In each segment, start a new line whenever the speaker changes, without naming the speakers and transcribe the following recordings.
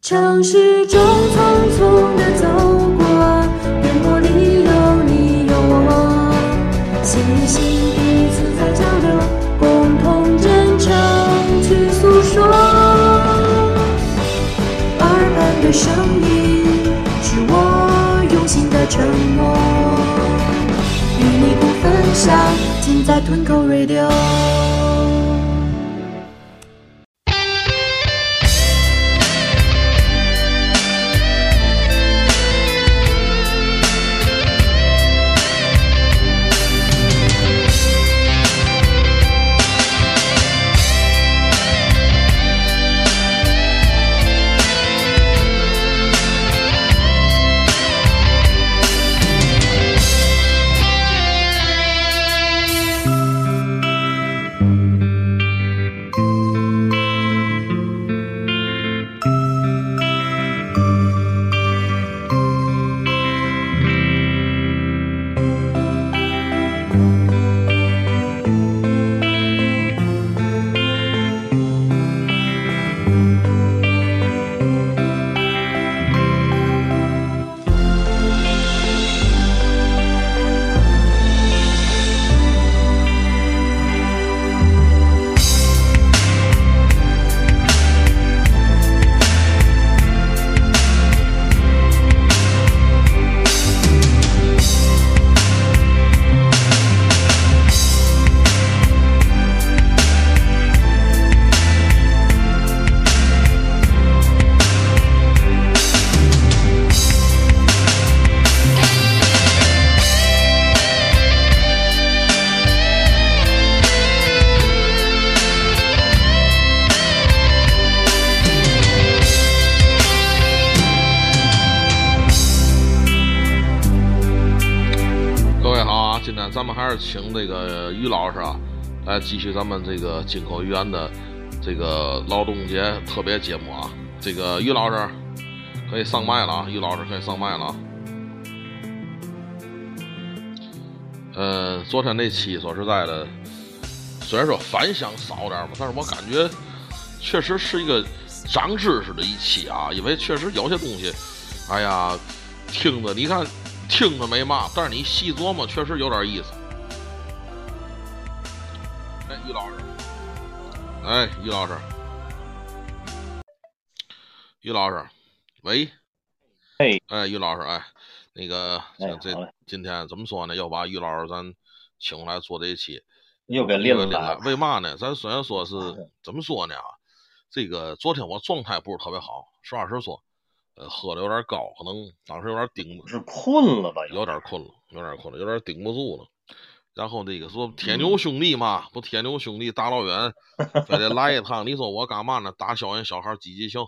城市中匆匆地走过，眼眸里有你有我，心与心彼此在交流，共同真诚去诉说。耳畔的声音是我用心的承诺，与你不分享，尽在吞口 radio。
各位好啊！今天咱们还是请这个于老师啊，来继续咱们这个金口玉言的这个劳动节特别节目啊。这个于老师可以上麦了啊，于老师可以上麦了啊。呃，昨天那期说实在的，虽然说反响少点儿吧，但是我感觉确实是一个长知识的一期啊，因为确实有些东西，哎呀，听着你看听着没嘛，但是你细琢磨确实有点意思。哎，于老师，哎，于老师，于老师，喂，
哎，
哎，于老师，哎，那个，
哎
这这
好嘞
今天怎么说呢？要把于老师咱请过来做这一期，
又给
这
拎
个
了
领带
吧，
为嘛呢？咱虽然说是怎么说呢啊，这个昨天我状态不是特别好，实话实说，呃，喝的有点高，可能当时有点顶不，
是困了吧？
有点困了，有点困了，有点顶不住了。然后那个说铁牛兄弟嘛，不铁牛兄弟大老远非得来一趟，你说我干嘛呢？打消人小孩积极性，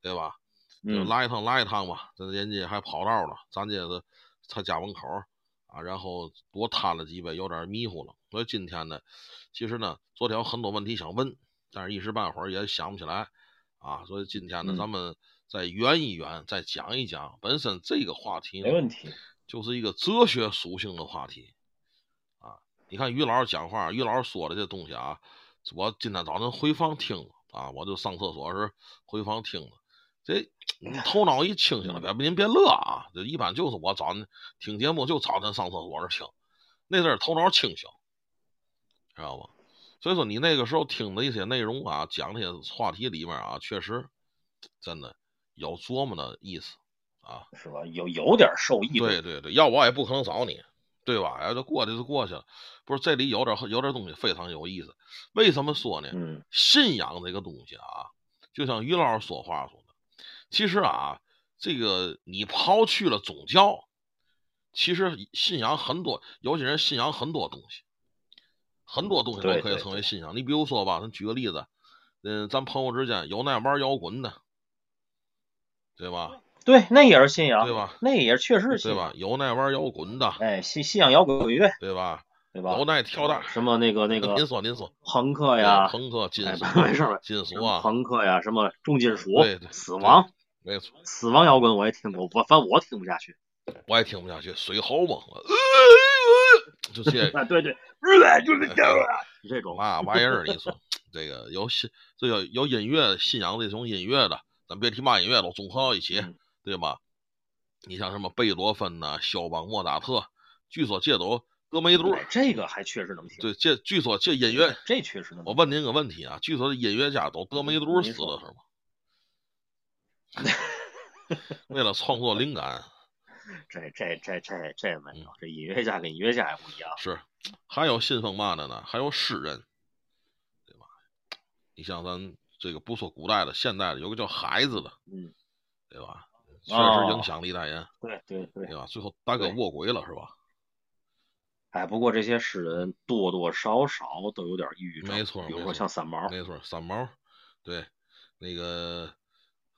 对吧？就
嗯，
来一趟来一趟吧。这人家还跑道了，咱这是他家门口儿啊，然后多贪了几杯，有点迷糊了。所以今天呢，其实呢，昨天有很多问题想问，但是一时半会儿也想不起来啊。所以今天呢，
嗯
咱们再圆一圆，再讲一讲。本身这个话题呢
没，问题。
就是一个哲学属性的话题啊。你看于老师讲话，于老师说的这东西啊，我今天早晨回放听了啊，我就上厕所时回放听了。这你头脑一清醒了，别您别乐啊！这一般就是我早晨听节目，就早晨上厕所时听，那阵儿头脑清醒，知道吗？所以说你那个时候听的一些内容啊，讲那些话题里面啊，确实真的有琢磨的意思啊。
是吧？有有点受益。
对，对对，要我也不可能找你，对吧？哎，就过去就过去了。不是，这里有点有点东西非常有意思。为什么说呢？
嗯，
信仰这个东西啊，就像于老师说话说的，其实啊，这个你抛去了宗教，其实信仰很多，有些人信仰很多东西，很多东西都
对
可以
对
成为信仰。你比如说吧，咱举个例子，嗯，咱朋友之间有那玩摇滚的，对吧？
对，那也是信仰，
对吧？
那也确啊实是信
对
仰。
吧？有那玩摇滚的，
哎，信信仰摇滚乐，
对吧？
对吧
有？那跳大，
什么那个那
您
个
说您说，
朋克呀，
朋克、金
哎，
属、
不没事儿，
金属
吧？
啊，
朋克呀，什么重金属
对对、
死亡、
没错，
死亡摇滚我也听过，我反正我听不下去。
我也听不下去，水猴嘛，呃就这
啊，对对，日本就是这样 啊，就这种。
嘛玩意儿，你说这个有信，这有有音乐信仰这种音乐的，咱别提嘛音乐了，综合到一起，
嗯
对吧？你像什么贝多芬呐、肖邦、莫扎特，据说这都隔没一路儿。
对这个还确实能听，
对，这据说这音乐，
这确实能
我
听。
问您个问题啊，据说这音乐家都隔没一路儿
您
死
说
了是吗？ 为了创作灵感，
这这这这这
嗯
没有，这音乐家跟音乐家也不一样。
是，还有信奉嘛的呢？还有诗人，对吧？你像咱这个不说古代的，现代的有个叫孩子的，
嗯，
对吧？确实
哦
影响力代言，
对对对。
对吧？最后大哥
对
卧轨了，是吧？
哎，不过这些诗人多多少少都有点抑郁症，
没错
比如
没
说
错
像三毛，
没错，三毛，对，那个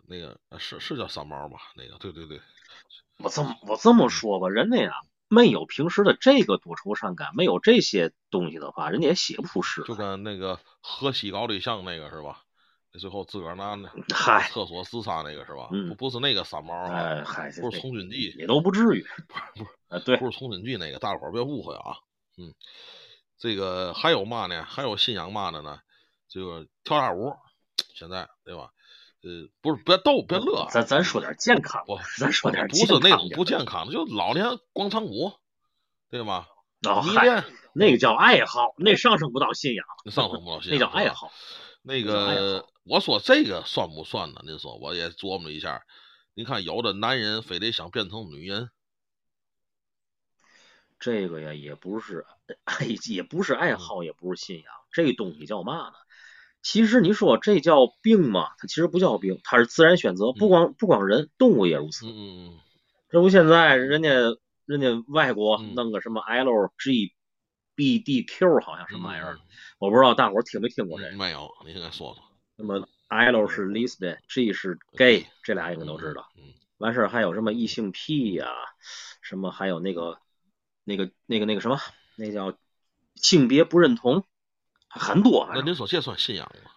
那个呃是是叫三毛吧？那个对对对，
我这么我这么说吧，人家呀、没有平时的这个多愁善感，没有这些东西的话，人家也写不出诗
就
来。
跟那个河西搞对象那个是吧？那最后自个儿拿那
嗨，
厕所自杀那个是吧？
嗯
不不是那个三毛啊，
哎嗨，这
不是
这
从军记，
也都不至于。啊，对，
不是从军记那个，大伙儿别误会啊。嗯，这个还有嘛呢？还有信仰嘛的呢？就是跳大舞，现在对吧？呃，不是，别逗，别乐啊，
咱咱说点健康的
我，
咱说点
不是那种不
健
健康的，就老年广场舞，对吧？
康
迷
的。哦，嗨，
恋
那个叫爱好，那上升不到信仰，
上头不老信
那叫
仰是
爱
吧
好。
那
叫爱
个，我说这个算不算呢？您说，我也琢磨了一下。您看，有的男人非得想变成女人，
这个呀，也不是爱，也不是
嗯
爱好，也不是信仰，这东西叫嘛呢？其实你说这叫病吗？它其实不叫病，它是自然选择。不光不光人，动物也如此。
嗯嗯嗯，
这不现在人家人家外国
嗯
弄个什么 LGBTQ 好像什么玩意儿
嗯，？
我不知道大伙儿听没听过这
嗯
个。
没有，你应该说说。
那么 L 是 Lesbian，G 是 Gay，这俩应该都知道。
嗯。嗯
完事儿还有什么异性癖呀、什么还有那个那个那个那个什么，那叫性别不认同，很多反
那
正。
您说这算信仰吗？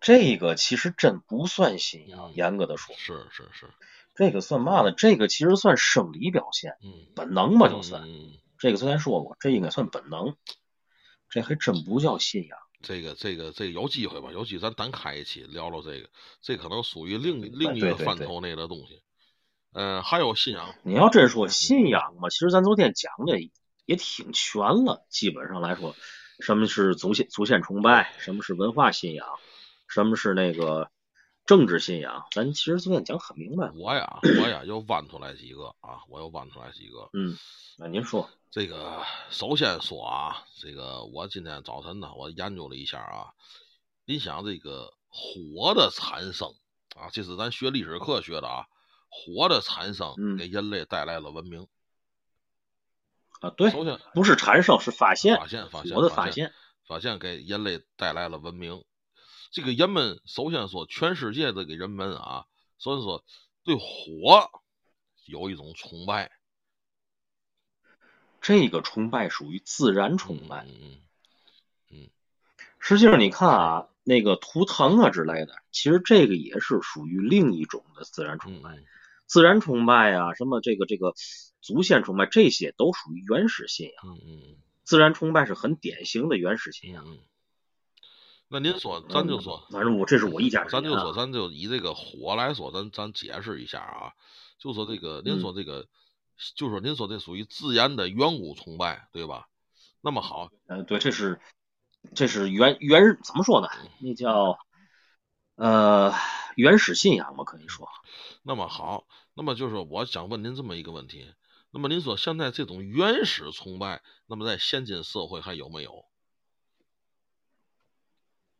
这个其实真不算信仰，
嗯
严格的说，
是是是，
这个算嘛呢？这个其实算生理表现，
嗯，
本能吧，就算。
嗯嗯嗯
这个虽然说过，这应该算本能，这还真不叫信仰。
这个这个这个有机会吧，有机会咱单开一期聊聊这个，这可能属于另
嗯
另一
对
个
对
范
对
畴内的东西。嗯，还有信仰，
你要真说信仰嘛，其实咱昨天讲的也挺全了，基本上来说，什么是祖先祖先崇拜，什么是文化信仰，什么是那个政治信仰，咱其实昨天讲很明白了。
我呀我呀又弯出来几个啊，我又弯出来几个。
嗯，那您说，
这个首先说啊，这个我今天早晨呢，我研究了一下啊，你想这个火的产生啊，这是咱学历史课学的啊，火的产生
嗯
给人类带来了文明。
啊，对，
首先
不是产生，是发现，
发现发现
我的
发
发
现
现，
发现给人类带来了文明。这个人们首先说，全世界这个人们啊，首先说对火有一种崇拜，
这个崇拜属于自然崇拜。
嗯嗯
实际上，你看啊，那个图腾啊之类的，其实这个也是属于另一种的自然崇
嗯
拜。
嗯
自然崇拜啊，什么这个这个祖先崇拜，这些都属于原始信仰。
嗯嗯
自然崇拜是很典型的原始信
嗯
仰。嗯
嗯。那您说，咱就说，
反正我这是我一 家之
咱
言
就
啊
说，咱就以这个火来说，咱咱解释一下啊，就说这个，您说这个，就说您说这属于自然的远古崇拜，对吧？那么好，
呃，对，这是这是原原怎么说呢？
嗯
那叫呃原始信仰吧，可以说。
那么好，那么就是我想问您这么一个问题，那么您说现在这种原始崇拜，那么在现今社会还有没有？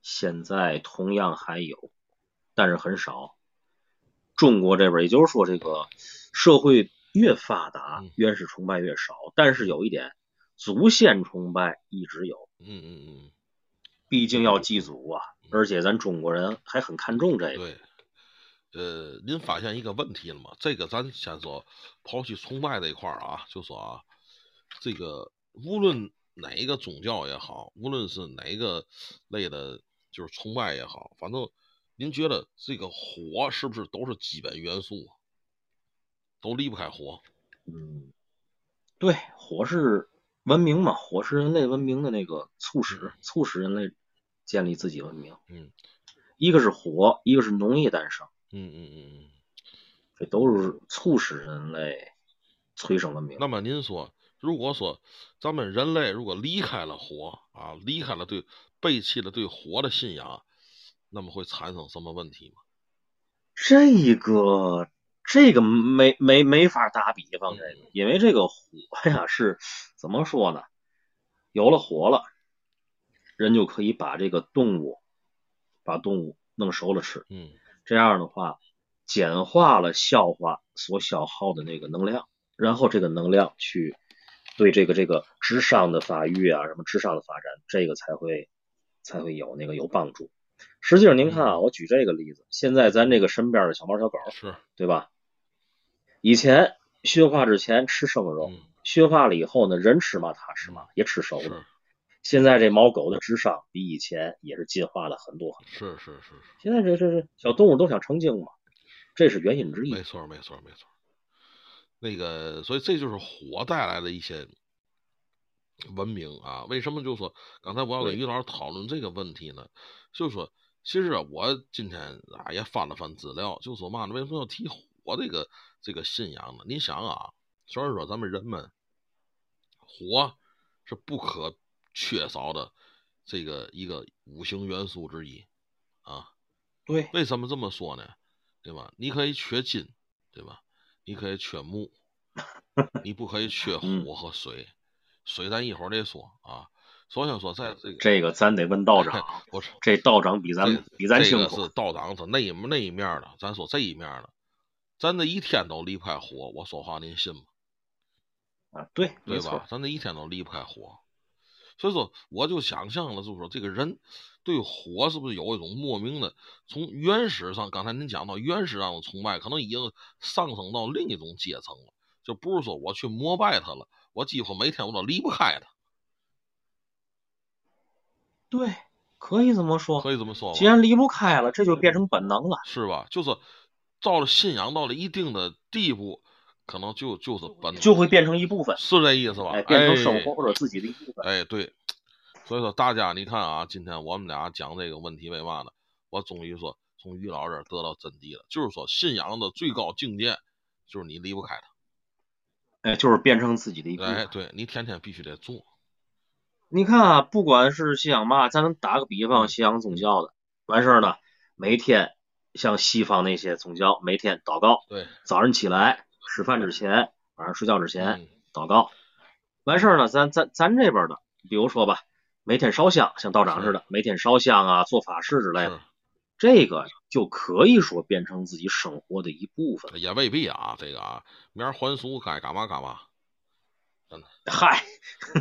现在同样还有，但是很少。中国这边儿，也就是说，这个社会越发达
嗯，
原始崇拜越少。但是有一点，祖先崇拜一直有，
嗯嗯
毕竟要祭祖啊，而且咱中国人还很看重这
嗯，
个。
对。呃，您发现一个问题了吗？这个咱先说，抛弃崇拜这一块儿啊，就说啊，这个无论哪一个宗教也好，无论是哪一个类的，就是崇拜也好，反正您觉得这个火是不是都是基本元素啊，都离不开火？
嗯，对，火是文明嘛，火是人类文明的那个促使，促使人类建立自己文明。
嗯，
一个是火，一个是农业诞生，
嗯嗯嗯嗯。
这都是促使人类催生文明。
那么您说，如果说咱们人类如果离开了火啊，离开了对背弃了对火的信仰，那么会产生什么问题吗？
这个这个没没没法打比方，这个因为这个火呀是怎么说呢？有了火了，人就可以把这个动物把动物弄熟了吃，
嗯
这样的话简化了消化所消耗的那个能量，然后这个能量去对这个这个智商的发育啊，什么智商的发展，这个才会才会有那个有帮助。实际上，您看啊，我举这个例子，现在咱这个身边的小猫小狗，
是，
对吧？以前驯化之前吃生肉，
嗯
驯化了以后呢，人吃嘛它吃嘛，也吃熟的。
是
现在这猫狗的智商比以前也是进化了很多很
是
多。
是是
现在这这这小动物都想成精嘛，这是原因之
是，
一
没。错儿没错儿没错儿。那个，所以这就是火带来的一些文明啊。为什么就说刚才我要跟
对
于老师讨论这个问题呢？就是说，其实啊，我今天啊也翻了翻资料，就说嘛呢，为什么要提火这个这个信仰呢？你想啊，虽然说咱们人们火是不可缺少的这个一个五行元素之一啊，
对，
为什么这么说呢？对吧？你可以缺金，对吧？你可以缺木，你不可以缺
嗯
火和水。水咱一会儿再说啊。首先说，在这个
这个咱得问 道长，
不是
这道长比咱
这
们比咱
这
清
个
楚
是。道长他那一那一面儿的，咱说这一面儿的，咱这一天都离不开火。我说话您信吗？
啊，对，没
对
错
吧？，咱这一天都离不开火，所以说我就想象了，就是说这个人对火是不是有一种莫名的，从原始上，刚才您讲到原始上的崇拜，可能已经上升到另一种阶层了，就不是说我去膜拜他了，我几乎每天我都离不开他，
对，可以这么说。
可以这么说
既
吧？
然离不开了，这就变成本能了。
是吧？就是到了信仰到了一定的地步，可能就就是本
就会变成一部分，
嗯是这意思吧？
哎，变成
哎
生活或者自己的一部分。
哎，对，所以说大家你看啊，今天我们俩讲这个问题为嘛呢？我终于说从于老师这儿得到真谛了，就是说信仰的最高境界就是你离不开
哎，就是变成自己的一部
他，哎，
分。
对你天天必须得做，
你看啊，不管是信仰嘛，咱能打个比
嗯
方，信仰宗教的，完事儿呢，每天像西方那些宗教，每天祷告，
对，
早上起来吃饭之前，晚上睡觉之前
嗯
祷告，完事儿呢，咱咱咱这边的，比如说吧，每天烧香，像道长似的，每天烧香啊，做法事之类
嗯
的，这个就可以说变成自己生活的一部分。
是也未必啊，这个啊，明儿还俗该干嘛干嘛，
嗨，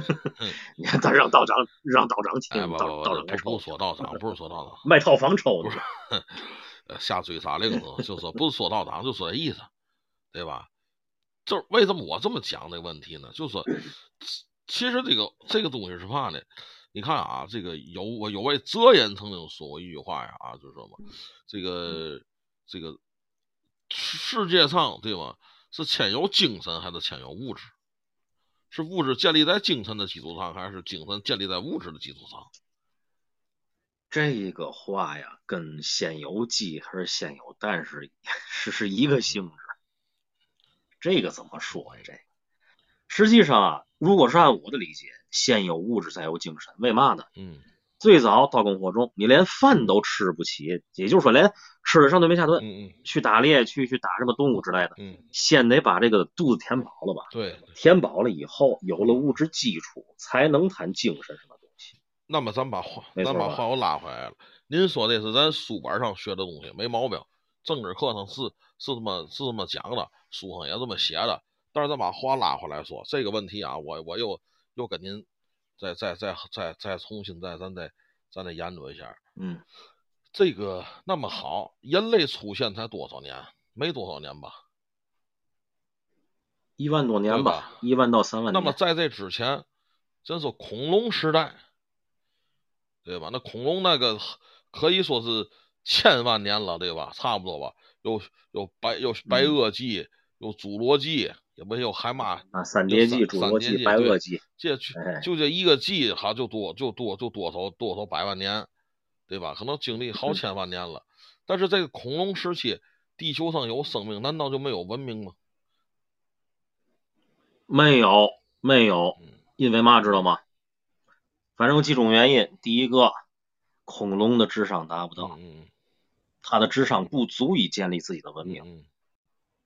你看咱让道长让道长
嗯哎，
听，
不
道
不
道长
不，
该
这
抽
不不说道长，不是说道长，
卖套房抽的。
呃，瞎追啥这个东西，就说不是说道长，就说这意思，对吧？就是为什么我这么讲这个问题呢？就是说，其其实这个这个东西是嘛呢？你看啊，这个有我有位哲人曾经说过一句话呀，啊，就是说嘛，这个这个世界上对吧，是先有精神还是先有物质？是物质建立在精神的基础上，还是精神建立在物质的基础上？
这个话呀，跟先有鸡还是先有蛋是 是是一个性质。这个怎么说呀？这个实际上啊，如果是按我的理解，先有物质再有精神，为嘛呢？
嗯，
最早到供火中，你连饭都吃不起，也就是说连吃了上顿没下顿，
嗯嗯
去打猎去去打什么动物之类的，
嗯，
先得把这个肚子填饱了吧。
对。
填饱了以后，有了物质基础，才能谈精神什么东西。
那么咱把话，
没
咱
错
把
吧
话又拉回来了。您说的是咱书本上学的东西，没毛病。政治课上是是这么是这么讲的，书上也这么写的。但是咱把话拉回来说，这个问题啊，我我又又跟您再再再再再重新再咱再咱再研究一下。
嗯，
这个那么好，人类出现才多少年？没多少年吧。
一万多年吧
对吧，
一万到三万
那
年。
么在这之前，真是恐龙时代，对吧？那恐龙那个可以说是千万年了，对吧？差不多吧。有有白有白
嗯
垩纪，有侏罗纪，也不有海马，
啊，闪蝶
就
记、
闪
侏罗
闪
纪、
电
白
对
垩纪，
这就
哎
就这一个季，好就多就多就多少多少百万年，对吧？可能经历
嗯
好千万年了，但是在恐龙时期，地球上有生命，难道就没有文明吗？
没有，没有
嗯，
因为嘛知道吗？反正有几种原因。第一个，恐龙的智商达不到，
嗯
它的智商不足以建立自己的文
嗯
明，
嗯，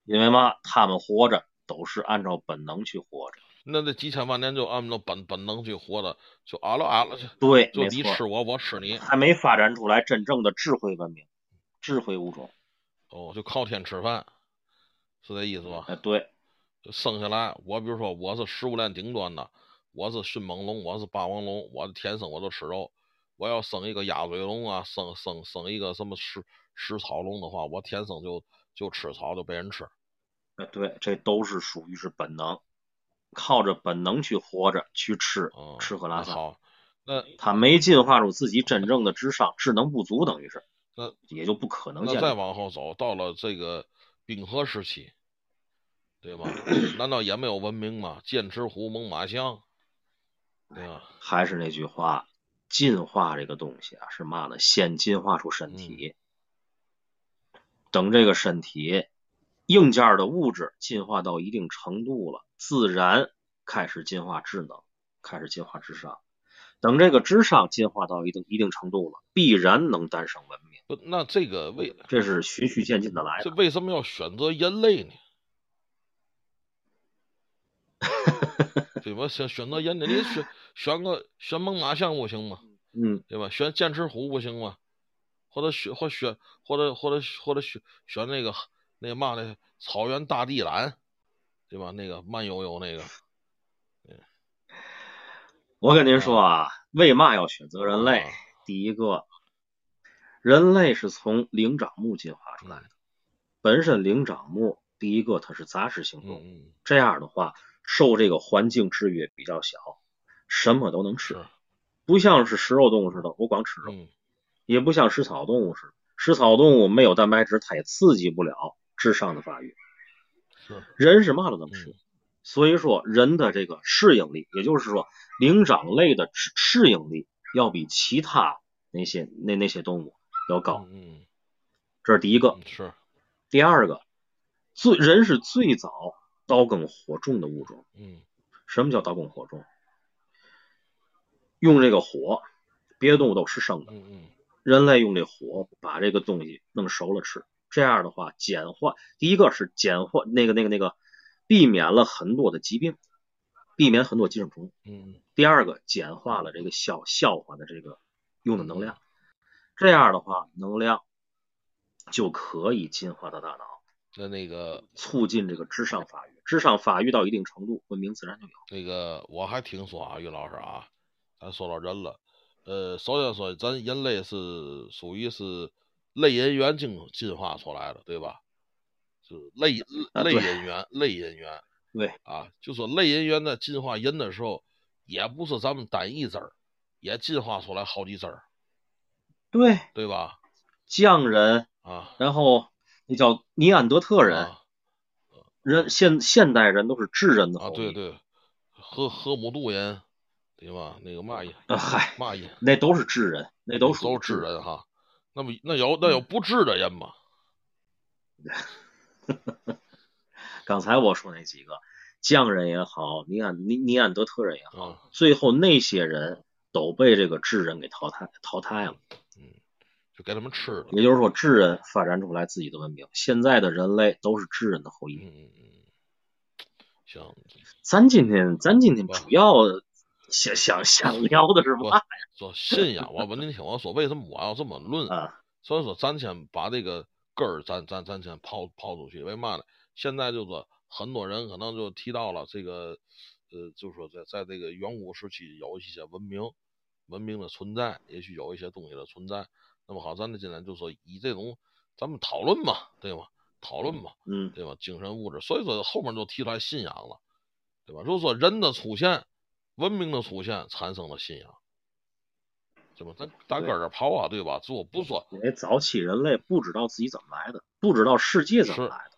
因为嘛，它们活着都是按照本能去活着。
那这几千万年就按照本本能去活的，就啊了啊了，就
对，
就
没
你吃
错，
我，我吃你，
还没发展出来真正的智慧文明，智慧物种。
哦，就靠天吃饭，是这意思吧？
哎，对，
就生下来，我比如说我是食物链顶端的，我是迅猛龙，我是霸王龙，我的天生我就吃肉。我要生一个鸭嘴龙啊，生生生一个什么食食草龙的话，我天生就就吃草就被人吃。
哎，对，这都是属于是本能，靠着本能去活着，去吃
嗯，
吃喝拉
那
撒。
好，那
它没进化出自己真正的智商，智能不足，等于是
那，
也就不可能建
那
立
再往后走，到了这个冰河时期，对吧？难道也没有文明吗？剑齿虎、猛犸象，对吧？
还是那句话，进化这个东西啊，是嘛呢？先进化出身体，
嗯
等这个身体硬件的物质进化到一定程度了，自然开始进化智能，开始进化智商。等这个智商进化到一定一定程度了，必然能诞生文明，
不，那这个为
这是循序渐进的来
这
的。
为什么要选择人类呢？对吧？选选择人类，你选选个选猛犸象不行吗？
嗯，
对吧？选剑齿虎不行吗？或者选或选或者或者或者选选那个那个嘛那草原大地懒，对吧？那个慢悠悠那个，
我跟您说啊，为嘛要选择人类
啊？
第一个，人类是从灵长目进化出来的。本身灵长目，第一个它是杂食性
嗯
动物，
嗯，
这样的话受这个环境制约比较小，什么都能
是
吃，，不像是食肉动物似的，我光吃肉，
嗯
也不像食草动物似的，食草动物没有蛋白质，它也刺激不了智商的发育。
是，
人是嘛都能吃
嗯，
所以说人的这个适应力，也就是说灵长类的适适应力要比其他那些那那些动物要高，
嗯
这是第一个。
嗯是，
第二个，最人是最早刀耕火种的物种。
嗯
什么叫刀耕火种？用这个火，别的动物都吃生的，
嗯嗯
人类用这火把这个东西弄熟了吃。这样的话，简化第一个是简化那个那个那个，避免了很多的疾病，避免很多寄生虫。
嗯
第二个，简化了这个消消化的这个用的能量。这样的话，能量就可以进化到大脑。
那那个
促进这个智商发育，智商发育到一定程度，文明自然就有。
那个我还听说啊，于老师啊，咱说到人了，呃，首先说咱人类是属于是类人猿进进化出来的，对吧？是类
啊
类
对
人猿，类人猿
对，
啊，就说类人猿在进化人的时候，也不是咱们单一只儿，也进化出来好几只儿，
对，
对吧？
匠人，
啊，
然后那叫尼安德特人，
啊
人现现代人都是智人的
啊，
后
对
裔。
对，和和姆渡人，对吧？那个嘛也
啊嗨，
嘛也
那都是智人，那都属于
都智。人哈。那么那有那有不智的人吗？
刚才我说那几个匠人也好，尼安尼尼安德特人也好，
啊。
最后那些人都被这个智人给淘汰淘汰了。
就给他们吃了。
也就是说，智人发展出来自己的文明，现在的人类都是智人的后裔。
嗯嗯嗯，行，
咱今天咱今天
哇
主要想想想聊的是嘛
说信仰，我问您听我说，为什么我要这么论？
啊？
所以说，咱先把这个根儿，咱咱咱先抛抛出去。为嘛呢？现在就说很多人可能就提到了这个，呃，就说在在这个远古时期有一些文明，文明的存在，也许有一些东西的存在。那么好，咱们今天就说以这种咱们讨论嘛，对吗？讨论嘛，
嗯，
对吧？精神物质，所以说后面就提出来信仰了，对吧？就是说人的出现，文明的出现产生了信仰，对吧？咱打根儿上刨啊，对吧？这我不说，
因为早期人类不知道自己怎么来的，不知道世界怎么来的，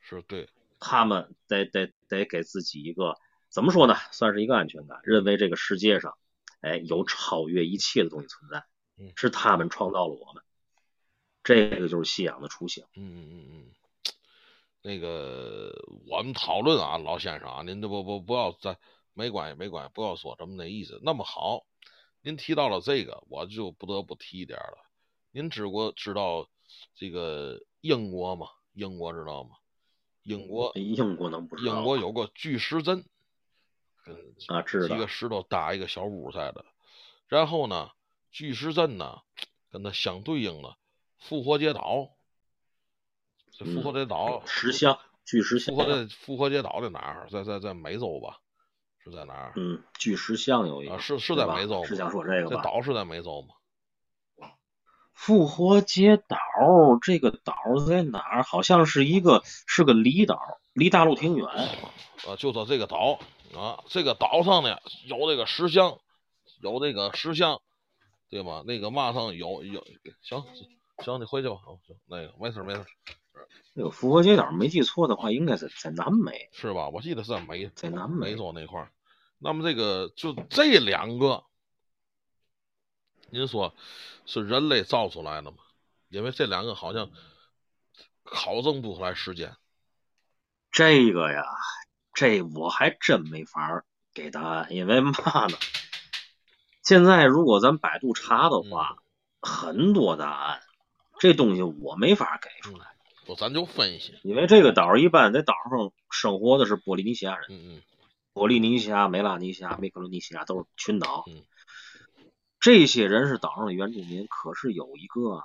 是对，
他们得得得给自己一个怎么说呢，算是一个安全感，认为这个世界上，哎，有超越一切的东西存在，
嗯
是他们创造了我们，这个就是信仰的雏形。
嗯嗯嗯嗯，那个我们讨论啊，老先生啊，您这不不不要再没关系没关系，不要说咱们那意思。那么好，您提到了这个，我就不得不提一点了。您知国知道这个英国吗？英国知道吗？英国
哎英国能不知道吗？
英国有个巨石阵，
啊，知
几
道
个石头搭一个小屋似的。然后呢，巨石阵呢，跟它相对应的复活节岛，这复活节岛，
嗯石像，巨石像
复活，在复活节岛在哪儿？在在在美洲吧？是在哪儿？
嗯，巨石像有一个
啊，是是
对
在
吧
美洲吗？
是想说这个
这
吧？
岛是在美洲吗？
复活节岛这个岛在哪儿？好像是一个是个离岛，离大陆挺远。
啊，就在这个岛啊，这个岛上呢有这个石像，有这个石像，对吗？那个嘛上有有，行行，你回去吧。哦行，那个没事儿没事儿，
那个复活节岛没记错的话，应该在在南美，
是吧？我记得是在美
在南
没
美。
错那块儿。那么这个就这两个，您说是人类造出来的吗？因为这两个好像考证不出来时间。
这个呀，这我还真没法儿给答案，因为嘛呢？现在如果咱百度查的话，很多答案，这东西我没法给出来，
不，咱就分析。
因为这个岛儿一般在岛上生活的是波利尼西亚人，
嗯嗯
波利尼西亚、梅拉尼西亚、美克罗尼西亚都是群岛
嗯，
这些人是岛上的原住民，可是有一个啊，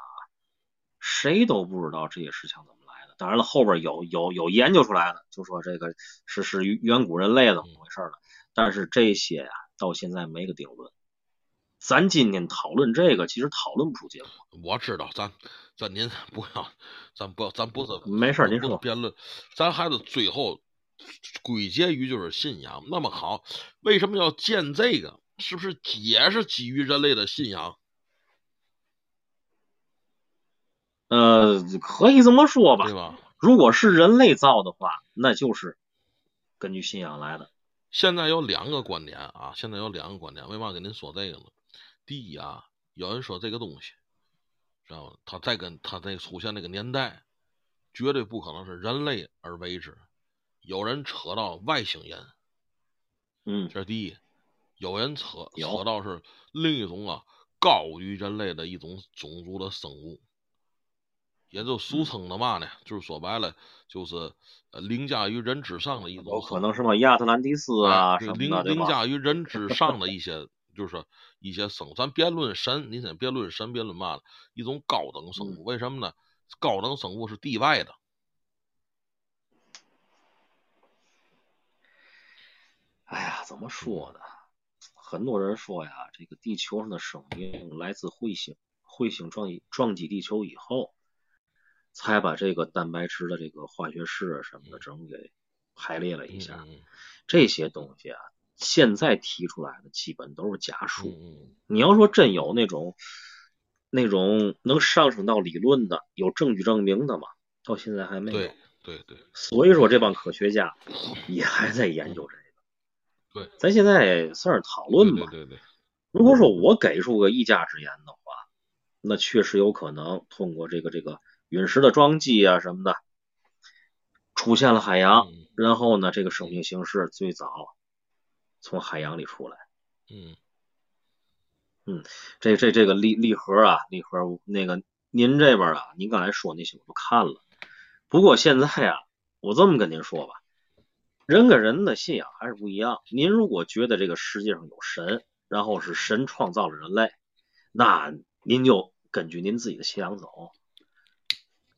谁都不知道这些石像怎么来的。当然了，后边有有有研究出来了，就说这个是是远古人类怎么回事了。但是这些呀、到现在没个定论。咱今天讨论这个，其实讨论不出结果。
嗯我知道，咱咱您 不要，咱不要，咱不是
嗯没事儿您
不是
说
辩论，咱还是最后归结于就是信仰。那么好，为什么要建这个？是不是也是基于人类的信仰？
呃，可以这么说吧
对。吧？
如果是人类造的话，那就是根据信仰来的。
现在有两个观点啊，现在有两个观点，为嘛跟您说这个呢？第一啊，有人说这个东西，知道吗？它再跟它那出现那个年代，绝对不可能是人类而为之。有人扯到外星人，
嗯，
这是第一；有人扯
有
扯到是另一种啊，高于人类的一种种族的生物，也就
嗯
俗称的嘛呢？就是说白了，就是呃凌驾于人之上的一种
有可
生物
能什么亚特兰蒂斯啊
哎对
什么
凌
的，对
凌
吧？
驾于人之上的一些，就是说一些生物，咱别论神，您先别论神，别论嘛了，一种高等生
嗯
物，为什么呢？高等生物是地外的，
哎呀，怎么说呢？很多人说呀，这个地球上的生命来自彗星，彗星撞击撞击地球以后，才把这个蛋白质的这个化学式什么的整给排列了一下。
嗯
这些东西啊，现在提出来的基本都是假
嗯
说。
嗯
你要说真有那种那种能上升到理论的，有证据证明的嘛，到现在还
嗯，
没有
对。对对，
所以说这帮科学家也还在研究这个。
嗯对，
咱现在算是讨论
对
吧。
对对，
如果说我给出个一家之言的话，那确实有可能通过这个这个陨石的撞击啊什么的，出现了海洋，
嗯
然后呢，这个生命形式最早从海洋里出来。
嗯，
这这这个立立盒啊，立盒那个您这边啊，您刚才说那些我都看了。不过现在啊，我这么跟您说吧，人跟人的信仰还是不一样。您如果觉得这个世界上有神，然后是神创造了人类，那您就根据您自己的信仰走。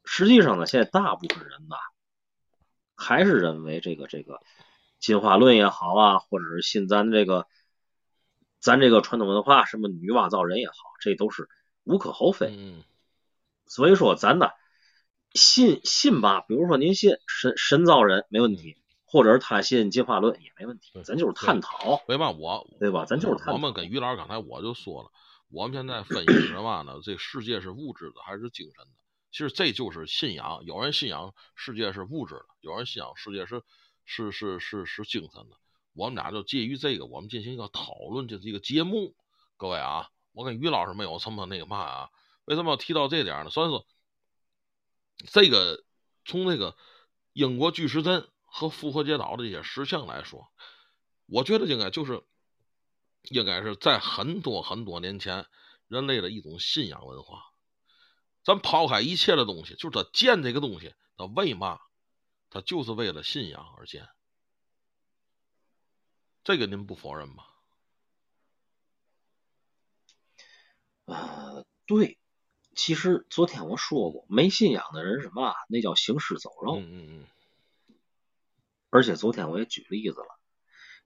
实际上呢，现在大部分人呐，还是认为这个这个进化论也好啊，或者是信咱这个咱这个传统文化，什么女娲造人也好，这都是无可厚非。
嗯
所以说，咱呢信信吧，比如说您信神神造人没问题，或者是他信进化论也没问题
嗯对，
咱就是探讨，
为嘛我
对吧？咱就是探讨。
我们跟于老师刚才我就说了，我们现在 分析什么呢？这世界是物质的还是精神的？其实这就是信仰。有人信仰世界是物质的，有人信仰世界是是是是是精神的。我们俩就介于这个，我们进行一个讨论，这是一个节目。各位啊，我跟于老师没有这么那个嘛啊。为什么要提到这点呢？虽然说这个从那个英国巨石阵和复活节岛的这些石像来说，我觉得应该就是应该是在很多很多年前人类的一种信仰文化。咱抛开一切的东西，就是他建这个东西，他为嘛？他就是为了信仰而建。这个您不否认吧？
呃，对，其实昨天我说过，没信仰的人什么啊，那叫行尸走肉。
嗯嗯嗯，
而且昨天我也举例子了，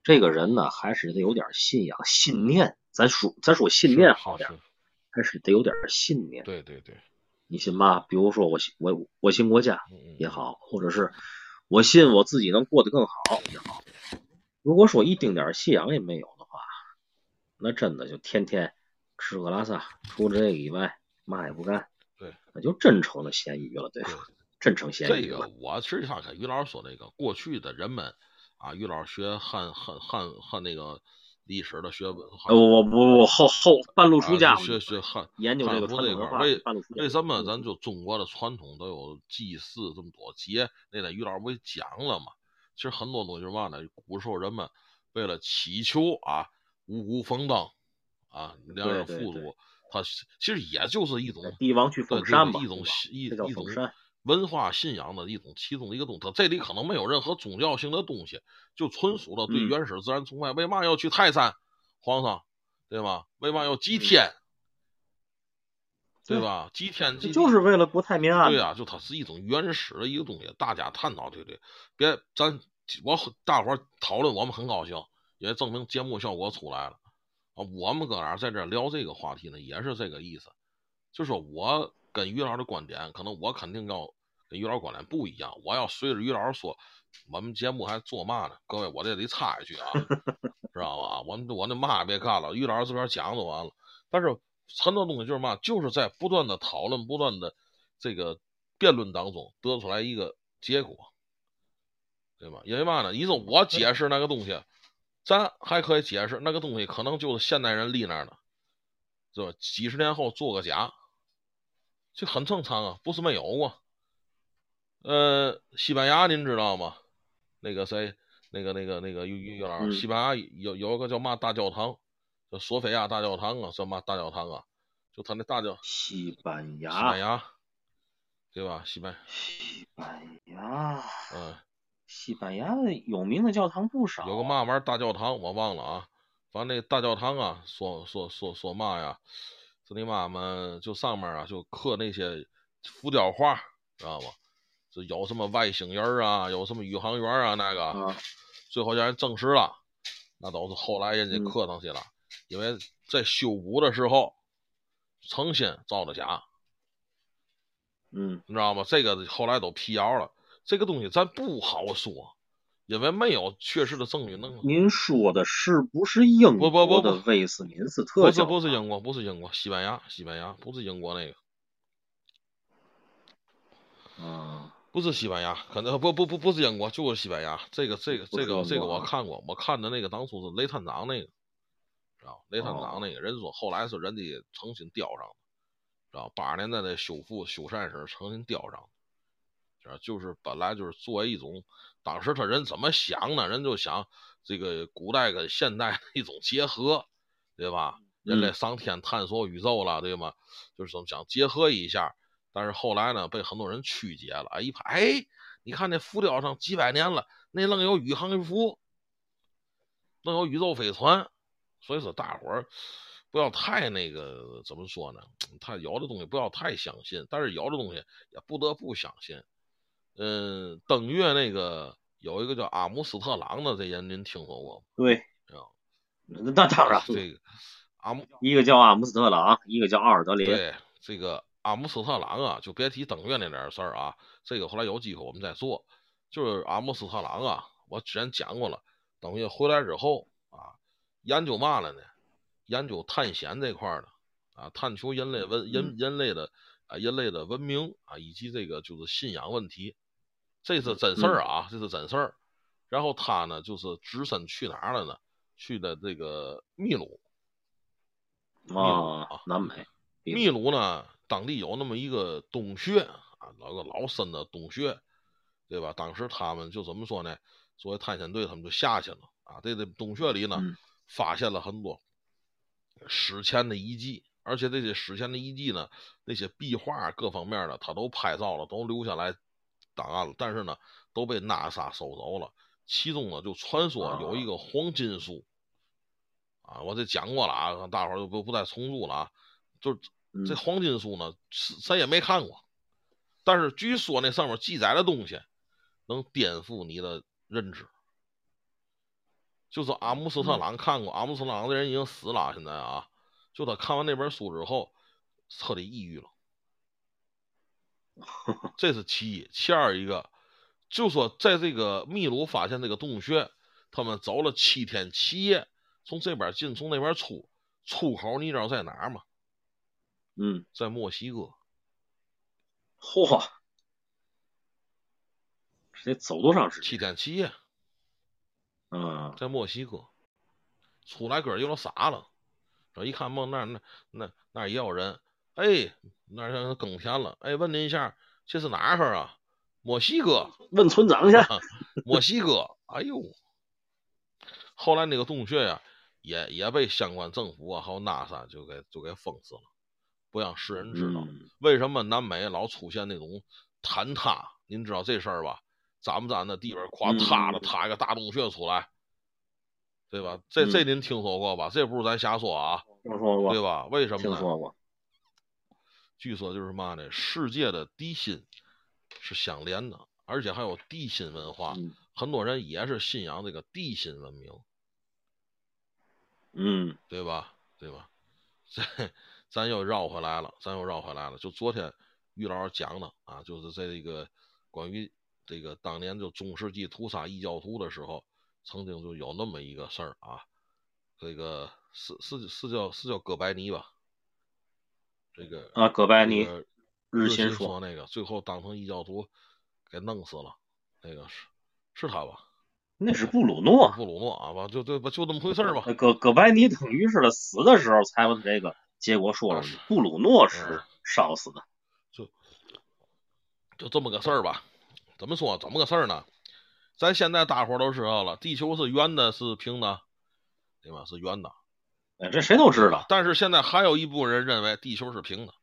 这个人呢，还是得有点信仰、信念。咱说，咱说信念好点儿，
是，是
还是得有点信念。
对对对，
你信吧，比如说我信我我信国家
嗯嗯
也好，或者是我信我自己能过得更好也好。如果说一丁点儿信仰也没有的话，那真的就天天吃喝拉撒，除了这个以外，嘛也不干。
对，
那就真成了咸鱼了，对吧？真成咸
这
鱼了
个。我实际上跟于老师说那个，过去的人们啊，于老师学汉汉汉汉那个历史的学文化，
呃我我我后后半路出家，
啊、学学汉
研究这
汉
个
服
传
这
统
块儿，
文化，
为
半路出家。
为什么咱就中国的传统都有祭祀这么多节？那天于老师不也讲了吗？其实很多东西是嘛呢？古时候人们为了祈求啊五谷丰登啊粮食
对
富
对
足，他其实也就是一种
帝王去
对
封
这
山
个
吧，
一种
对吧
信一
这叫
一种
封山。
文化信仰的一种其中的一个东西。它这里可能没有任何宗教性的东西，就纯属的对
嗯
原始自然崇拜。为嘛要去泰山？皇上，对吧？为嘛要
嗯
祭天？对
对
吧？祭天
这
祭
就是为了国泰民安。
对啊呀、就它是一种原始的一个东西，大家探讨对不对？别咱我大伙儿讨论，我们很高兴，也证明节目效果出来了啊。我们搁哪儿在这儿聊这个话题呢？也是这个意思，就是我跟于老师的观点，可能我肯定要跟于老师观点不一样，我要随着于老师说，我们节目还做嘛呢？各位，我这里插一句啊，知道吧？我们我那嘛也别干了，于老师这边讲就完了。但是很多东西就是嘛，就是在不断的讨论、不断的这个辩论当中得出来一个结果，对吧？因为嘛呢？你说我解释那个东西，咱还可以解释那个东西，可能就是现代人立那儿的，是吧？几十年后做个假，这很正常啊，不是没有啊。呃，西班牙您知道吗？那个谁，那个那个那个于于于老
嗯
师，西班牙有有一个叫嘛大教堂，叫索菲亚大教堂啊，什么大教堂啊？就他那大教西
西班牙，
班牙，对吧？西班
西班牙，
嗯，
西班牙有名的教堂不少。
有个嘛玩意儿大教堂，我忘了啊。反正那大教堂啊，说说说说嘛呀，是你妈们就上面啊就刻那些浮雕画，知道吗？就有什么外星人儿啊，有什么宇航员儿啊，那个、
啊，
最后让人证实了，那都是后来人家
嗯
刻上去了，因为在修补的时候诚心造的假，
嗯，
你知道吗？这个后来都辟谣了，这个东西咱不好说，因为没有确实的证据能。
您说的是不是英
不不不
国
不
的威斯敏斯特
不是
教堂？
不是英国，不是英国，西班牙，西班牙不是英国那个，
啊，
不是西班牙，可能不不不不是英国，就是西班牙。这个这个
不
这
是英
个
国
这个我
啊
看过，我看的那个当初是雷探长那个，知道吧雷探
哦
长那个人说后来是人家诚心雕上的，知道吧八十年代的修复修缮时诚心雕上的，知道吧就是本来就是作为一种当时他人怎么想呢？人就想这个古代跟现代的一种结合，对吧？人类
嗯
上天探索宇宙了，对吗？就是怎么想结合一下，但是后来呢，被很多人曲解了。哎，一看，哎，你看那浮雕上几百年了，那愣有宇航服，愣有宇宙飞船，所以说大伙儿不要太那个怎么说呢？太有的东西不要太相信，但是有的东西也不得不相信。嗯，登月那个有一个叫阿姆斯特朗的这人，您听说过吗？
对
啊，
那那当然了，
这个阿姆
一个叫阿姆斯特朗，一个叫奥尔德啊林。
对这个阿姆斯特朗啊，就别提登月那点儿事儿啊，这个后来有机会我们再做。就是阿姆斯特朗啊，我之前讲过了，等于回来之后啊，研究嘛了呢？研究探险这块儿的啊，探求人类文人人类的啊人类的文明啊，以及这个就是信仰问题，这是真事儿啊，这是真事儿。然后他呢，就是只身去哪儿了呢？去的这个秘鲁，鲁
啊，南美，秘鲁
秘鲁呢，当地有那么一个洞穴啊，老个老深的洞穴，对吧？当时他们就怎么说呢？作为探险队，他们就下去了啊。这这洞穴里呢，
嗯
发现了很多史前的遗迹，而且这些史前的遗迹呢，那些壁画啊各方面的，他都拍照了，都留下来档案了，但是呢，都被 NASA 收走了。其中呢，就传说有一个黄金树，啊，我这讲过了啊，大伙儿就不不再重述了啊。就是
嗯
这黄金树呢，是谁也没看过，但是据说那上面记载的东西能颠覆你的认知。就是阿姆斯特朗看过，阿姆斯特朗这人已经死了，现在啊，就他看完那本书之后，彻底抑郁了。这是其一，其二一个，就说在这个秘鲁发现这个洞穴，他们走了七天七夜，从这边进，从那边出，出口你知道在哪儿吗？
嗯，
在墨西哥。
嚯，这得走多长时
七
间？
天七夜
嗯，
在墨西哥，出来哥儿有点傻了，这一看嘛，那那那那儿也有人，哎，那儿让耕田了，哎，问您一下，这是哪儿啊？墨西哥，啊
问村长去。
墨西哥，哎呦！后来那个洞穴呀、也也被相关政府啊，还有 NASA 就给就给封死了，不让世人知道。
嗯，
为什么南美老出现那种坍塌？您知道这事儿吧？咱们咱那地方垮塌了，
嗯
塌一个大洞穴出来，对吧？这这您听说过吧？这不是咱瞎说啊，
嗯听说
对
过，
吧？为什
听
么呢？
说过。
据说就是嘛呢，世界的地心是相连的，而且还有地心文化，
嗯
很多人也是信仰这个地心文明，
嗯
对吧？对吧？这咱又绕回来了，咱又绕回来了。就昨天于老师讲的啊，就是这个关于这个当年就中世纪屠杀异教徒的时候，曾经就有那么一个事儿啊，这个是是是叫是叫哥白尼吧？这个
啊，葛白尼
这，个
日
心
心说，
那个最后当成异教徒给弄死了，那个是是他吧？
那是布鲁诺。
布鲁诺啊吧，就对吧？就那么回事儿吧。
那呃葛葛白尼等于是他死的时候才把这个结果说了
啊是，嗯
布鲁诺是烧死的。
就这么个事儿吧。怎么说？怎么个事儿呢？咱现在大伙儿都知道了，地球是圆的，是平的，对吧？是圆的，
哎，这谁都知道。
但是现在还有一部分人认为地球是平的。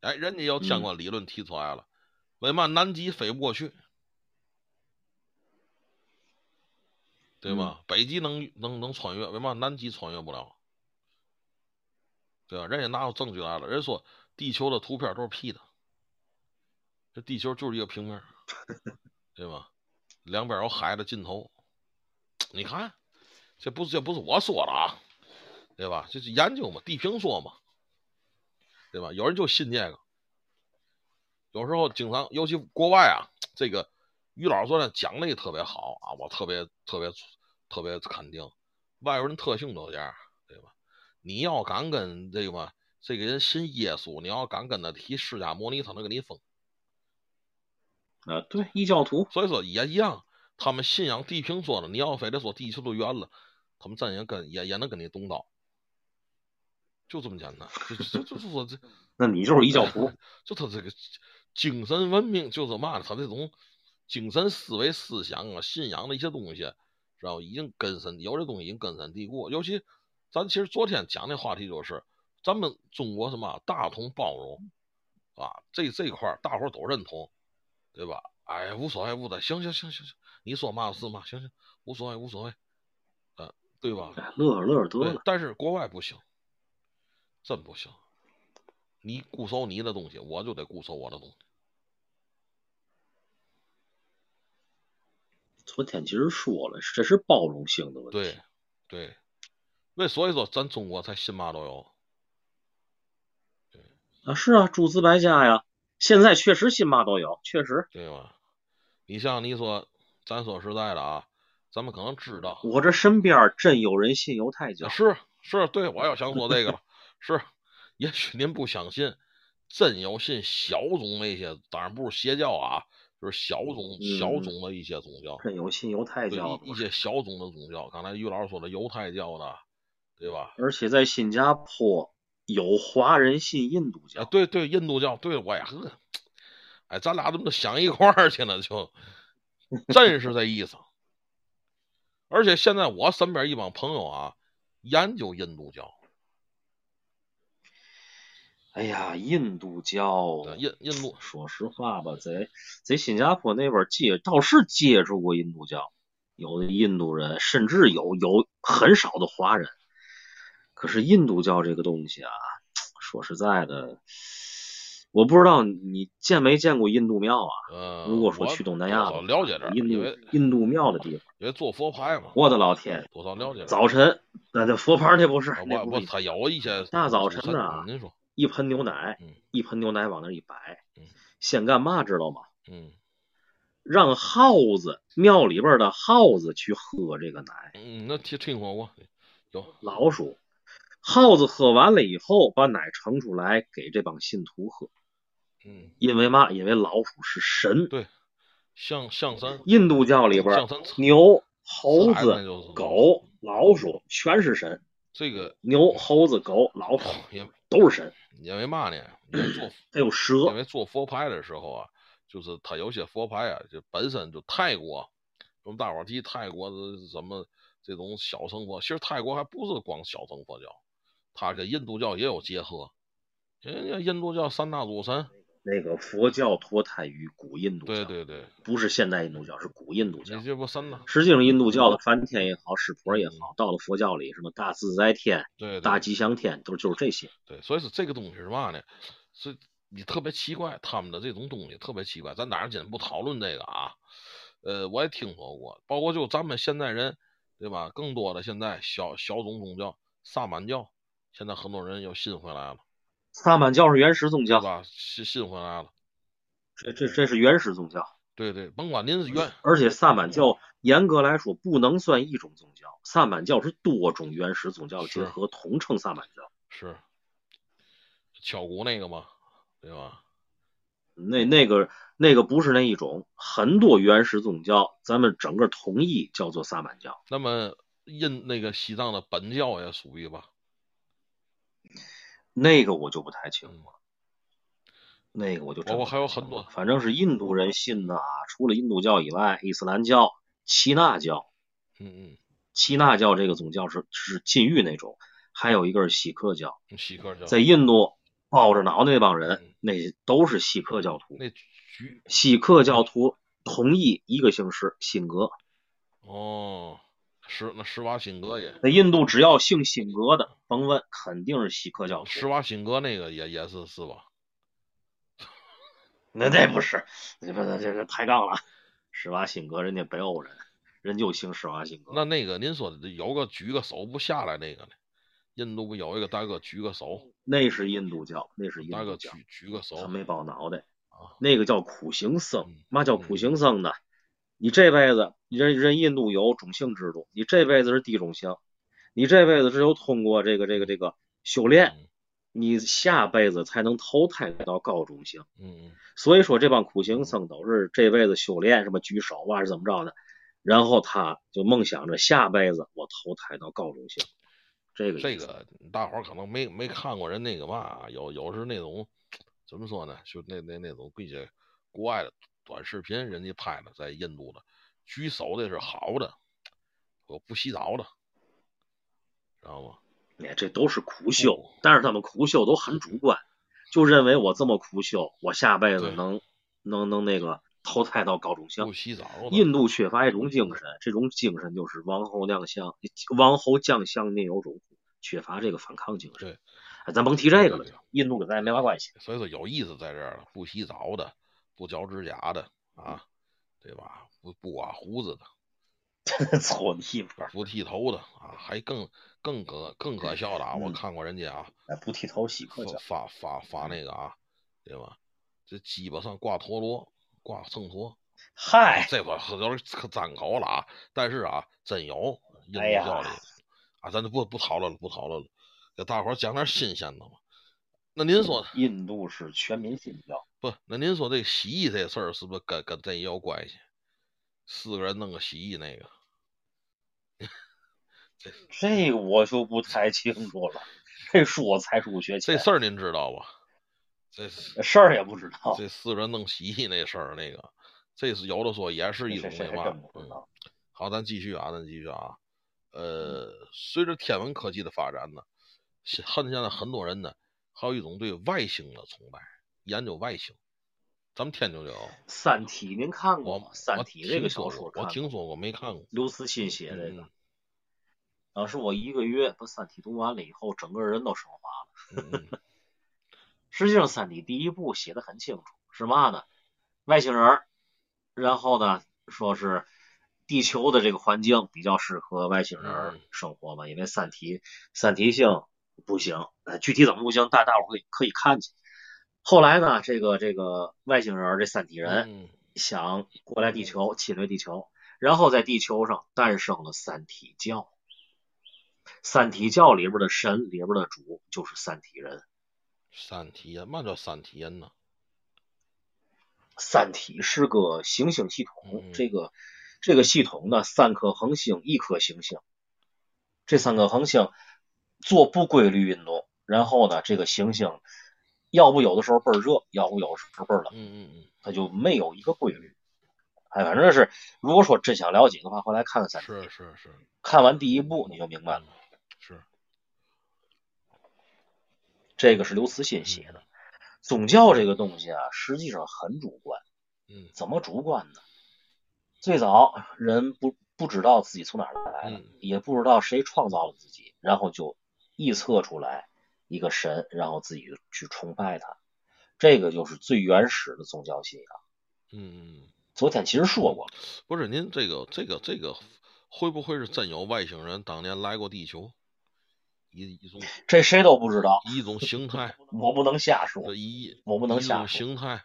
哎，人家有相关理论提出来了，为嘛南极飞不过去？对吗？北极能能能穿越，为嘛南极穿越不了？对吧？人家拿出证据来了，人家说地球的图片都是 P 的，这地球就是一个平面儿，对吧？两边有海的尽头，你看，这不是这不是我说的啊，对吧？这是研究嘛，地平说嘛，对吧？有人就信这个，有时候经常，尤其国外啊，这个于老师昨天讲的也特别好啊，我特别特别特别肯定，外国人特性都这样，对吧？你要敢跟这个嘛，这个人信耶稣，你要敢跟他提释迦摩尼，他能给你封。
啊，对，异教徒。
所以说也一样，他们信仰地平说了，你要非得说地球都圆了，他们真也跟也也能跟你动刀，就这么简单。就就就就说这，
那你就是异教徒。
就他这个精神文明就是嘛呢，他这种精神思维、思想啊、信仰的一些东西，知道已经根深，有的东西已经根深蒂固。尤其咱其实昨天讲那话题就是，咱们中国什么大同包容啊，这这块儿大伙儿都认同，对吧？哎，无所谓，无所谓，行行行行行，你说嘛是嘛，行行，无所谓，无所谓，呃，对吧？
哎乐呵乐呵得
对，
了。
但是国外不行，真不行。你固守你的东西，我就得固守我的东西。
昨天其实说了，这是包容性的问题。
对，对，那所以说咱中国才信嘛都有。
啊，是啊，诸子百家呀。现在确实信嘛都有，确实，
对吧？你像你说，咱说实在的啊，咱们可能知道
我这身边真有人信犹太教。
是是，对我要想说这个 了，是，也许您不相信，真有信小宗那些，当然不是邪教啊，就是小宗小
嗯
宗的一些宗教，
真有信犹太
对
教
一一
的，
些小宗的宗教。刚才于老师说的犹太教的，对吧？
而且在新加坡有华人信印度
哎，
教，
对对，印度教，对我也呵，哎，咱俩怎么就想一块儿去了？就真是这意思。而且现在我身边一帮朋友啊，研究印度教，
哎呀，印度教，
对印印度
说实话吧，在在新加坡那边接倒是接触过印度教，有的印度人，甚至有有很少的华人。可是印度教这个东西啊，说实在的，我不知道你见没见过印度庙啊？
呃，
如果说
我
去东南亚
多
的
少
话
了解点儿，
印
因
度
为
印度庙的地方，
因为做佛牌嘛，
我的老天，
多少了解点儿。
早晨那那佛牌那不是
啊，
那
我
不
我
是
他有一些
大早晨
的、
呐
您说，
一盆牛奶
嗯，
一盆牛奶往那儿一摆
嗯，
先干嘛知道吗？
嗯
让耗子庙里边的耗子去喝这个奶，
嗯，那听听说过，有
老鼠，耗子喝完了以后，把奶盛出来给这帮信徒喝，
嗯，
因为嘛，因为老鼠是神
对。象象山
印度教里边
象，山
牛、猴
自然的就
子
是、
狗、老鼠全是神，
这个
牛、猴子、狗、老鼠
也
都是神，
因为嘛呢？因为啊做
还有
因
蛇。
为做佛牌的时候啊，就是他有些佛牌啊，就本身就泰国，我们大伙儿提泰国的什么这种小乘佛，其实泰国还不是光小乘佛教，它跟印度教也有结合。人家印度教三大主神，
那个佛教脱胎于古印度教，
对对对，
不是现代印度教，是古印度教嗯
你。这不三大，
实际上，印度教的梵天也好，湿婆也好，到了佛教里，什么大自在天、
对对
大吉祥天，都就是这些。
对，所以说这个东西是嘛呢？是你特别奇怪，他们的这种东西特别奇怪。咱当然今天不讨论这个啊，呃，我也听说过，包括就咱们现在人，对吧？更多的现在小小种宗教、萨满教，现在很多人又信回来了，
萨满教是原始宗
对
教，
吧？信信回来了，
这这这是原始宗教，
对对，甭管您是原，
而且萨满教严格来说不能算一种宗教，萨满教是多种原始宗教的结合，统称萨满教。
是敲鼓那个嘛，对吧？
那那个那个不是那一种，很多原始宗教，咱们整个统一叫做萨满教。
那么印那个西藏的本教也属于吧？
那个我就不太清楚
嗯，
了，那个我就真
包括
不
还有很多，
反正是印度人信的啊，除了印度教以外，伊斯兰教、耆那教，
嗯
耆那教这个宗教是是禁欲那种，还有一个是锡克教，
嗯，锡克教
在印度抱着脑袋那帮人
嗯，
那都是锡克教徒。
那局
锡克教徒同意一个姓氏辛格，
哦，十那施瓦辛格也，
在印度只要姓辛格的，甭问，肯定是锡克教
施
徒。
瓦辛格那个也也是是吧？
那那不是，那不那这这抬杠了。施瓦辛格人家北欧人，人就姓施瓦辛格。
那那个您说的有个举个手不下来那个呢？印度不有一个大哥举个手，
那是印度教，那是印
大
度
哥
教，
举举个手
他没抱脑袋
啊。
那个叫苦行僧
嗯，
嘛叫苦行僧呢？你这辈子，人人印度有种姓制度，你这辈子是地种姓，你这辈子只有通过这个这个这个修炼，
嗯
你下辈子才能投胎到高种姓。
嗯
所以说，这帮苦行僧都是这辈子修炼什么举手啊，是怎么着的？然后他就梦想着下辈子我投胎到高种姓，这
嗯，
个
这
意思
个大伙儿可能没没看过人那个嘛，有有是那种怎么说呢？就那那那种并且国外的短视频，人家拍的在印度的举手的是好的，我不洗澡的，知道吗？
哎，这都是
嗯
苦修，但是他们苦修都很主观，就认为我这么苦修，我下辈子
对
能能能那个投胎到高种
不
姓。
洗澡的。
印度缺乏一种精神，这种精神就是王侯将相，王侯将相宁有种乎，缺乏这个反抗精神
对。
哎，咱甭提这个了
对对对，
印度跟咱也没啥 关系。
所以说有意思在这儿了，不洗澡的，不嚼指甲的啊，对吧？不不刮胡子的，
搓泥巴，
不剃头的啊，还更更可更可笑的啊！
嗯
我看过人家啊，
哎不剃头洗客教，
发发发发
嗯
那个啊，对吧？这鸡巴上挂陀螺，挂秤砣，
嗨，
这会儿有点可张口了啊！但是啊，真有印度
哎呀
教里、啊，咱就不不讨论了，不讨论了，给大伙儿讲点新鲜的嘛。那您说
印度是全民信教。
不，那您说这洗衣这事儿是不是跟跟这也有关系？四个人弄个洗衣那个，
这个我就不太清楚了，这数我才疏学
这
浅，
事儿您知道吧？这
事儿也不知道，
这四人弄洗衣那事儿，那个这是有的说也是一
这
种
这
那
这还
嘛
真。不知
嗯，
道。
好，咱继续啊，咱继续啊。
嗯
呃，随着天文科技的发展呢，现恨现在很多人呢，还有一种对外星的崇拜，研究外星。咱们天津就有，
三体您看过
我
吗？哦三
我
体这个
听
小
说
说
过，
看
我
过
听说过，没看过。
刘慈欣写的这个
嗯，
当时我一个月把《三体》读完了以后，整个人都升华了。
嗯嗯嗯
实际上，《三体》第一部写的很清楚，是嘛呢？外星人儿，然后呢，说是地球的这个环境比较适合外星人儿
嗯
生活嘛，因为三体三体星不行，呃，具体怎么不行，大大伙儿可以可以看去。后来呢，这个这个外星人儿这三体人，
嗯
想过来地球，侵略地球，然后在地球上诞生了三体教。三体教里边的神，里边的主就是三体人。
三体人，嘛叫三体人呢？
三体是个行星系统
嗯，
这个这个系统呢，三颗恒星，一颗行星，这三颗恒星做不规律运动，然后呢，这个行星要不有的时候倍儿热，要不有的时候倍儿冷。
嗯嗯嗯，
它就没有一个规律。哎，反正是，如果说真想了解的话，回来看看三体。
是是是，
看完第一部你就明白了，
嗯是
这个是刘慈欣写
嗯
的。宗教这个东西啊，实际上很主观。
嗯
怎么主观呢？最早人不不知道自己从哪儿来的，
嗯
也不知道谁创造了自己，然后就臆测出来一个神，然后自己去崇拜他。这个就是最原始的宗教信仰。
嗯嗯，
昨天其实说过，
不是您这个这个这个会不会是真有外星人当年来过地球？一一种
这谁都不知道，
一种形态，
我不能瞎说
这。一
我不能
一
瞎
种
说。
形态，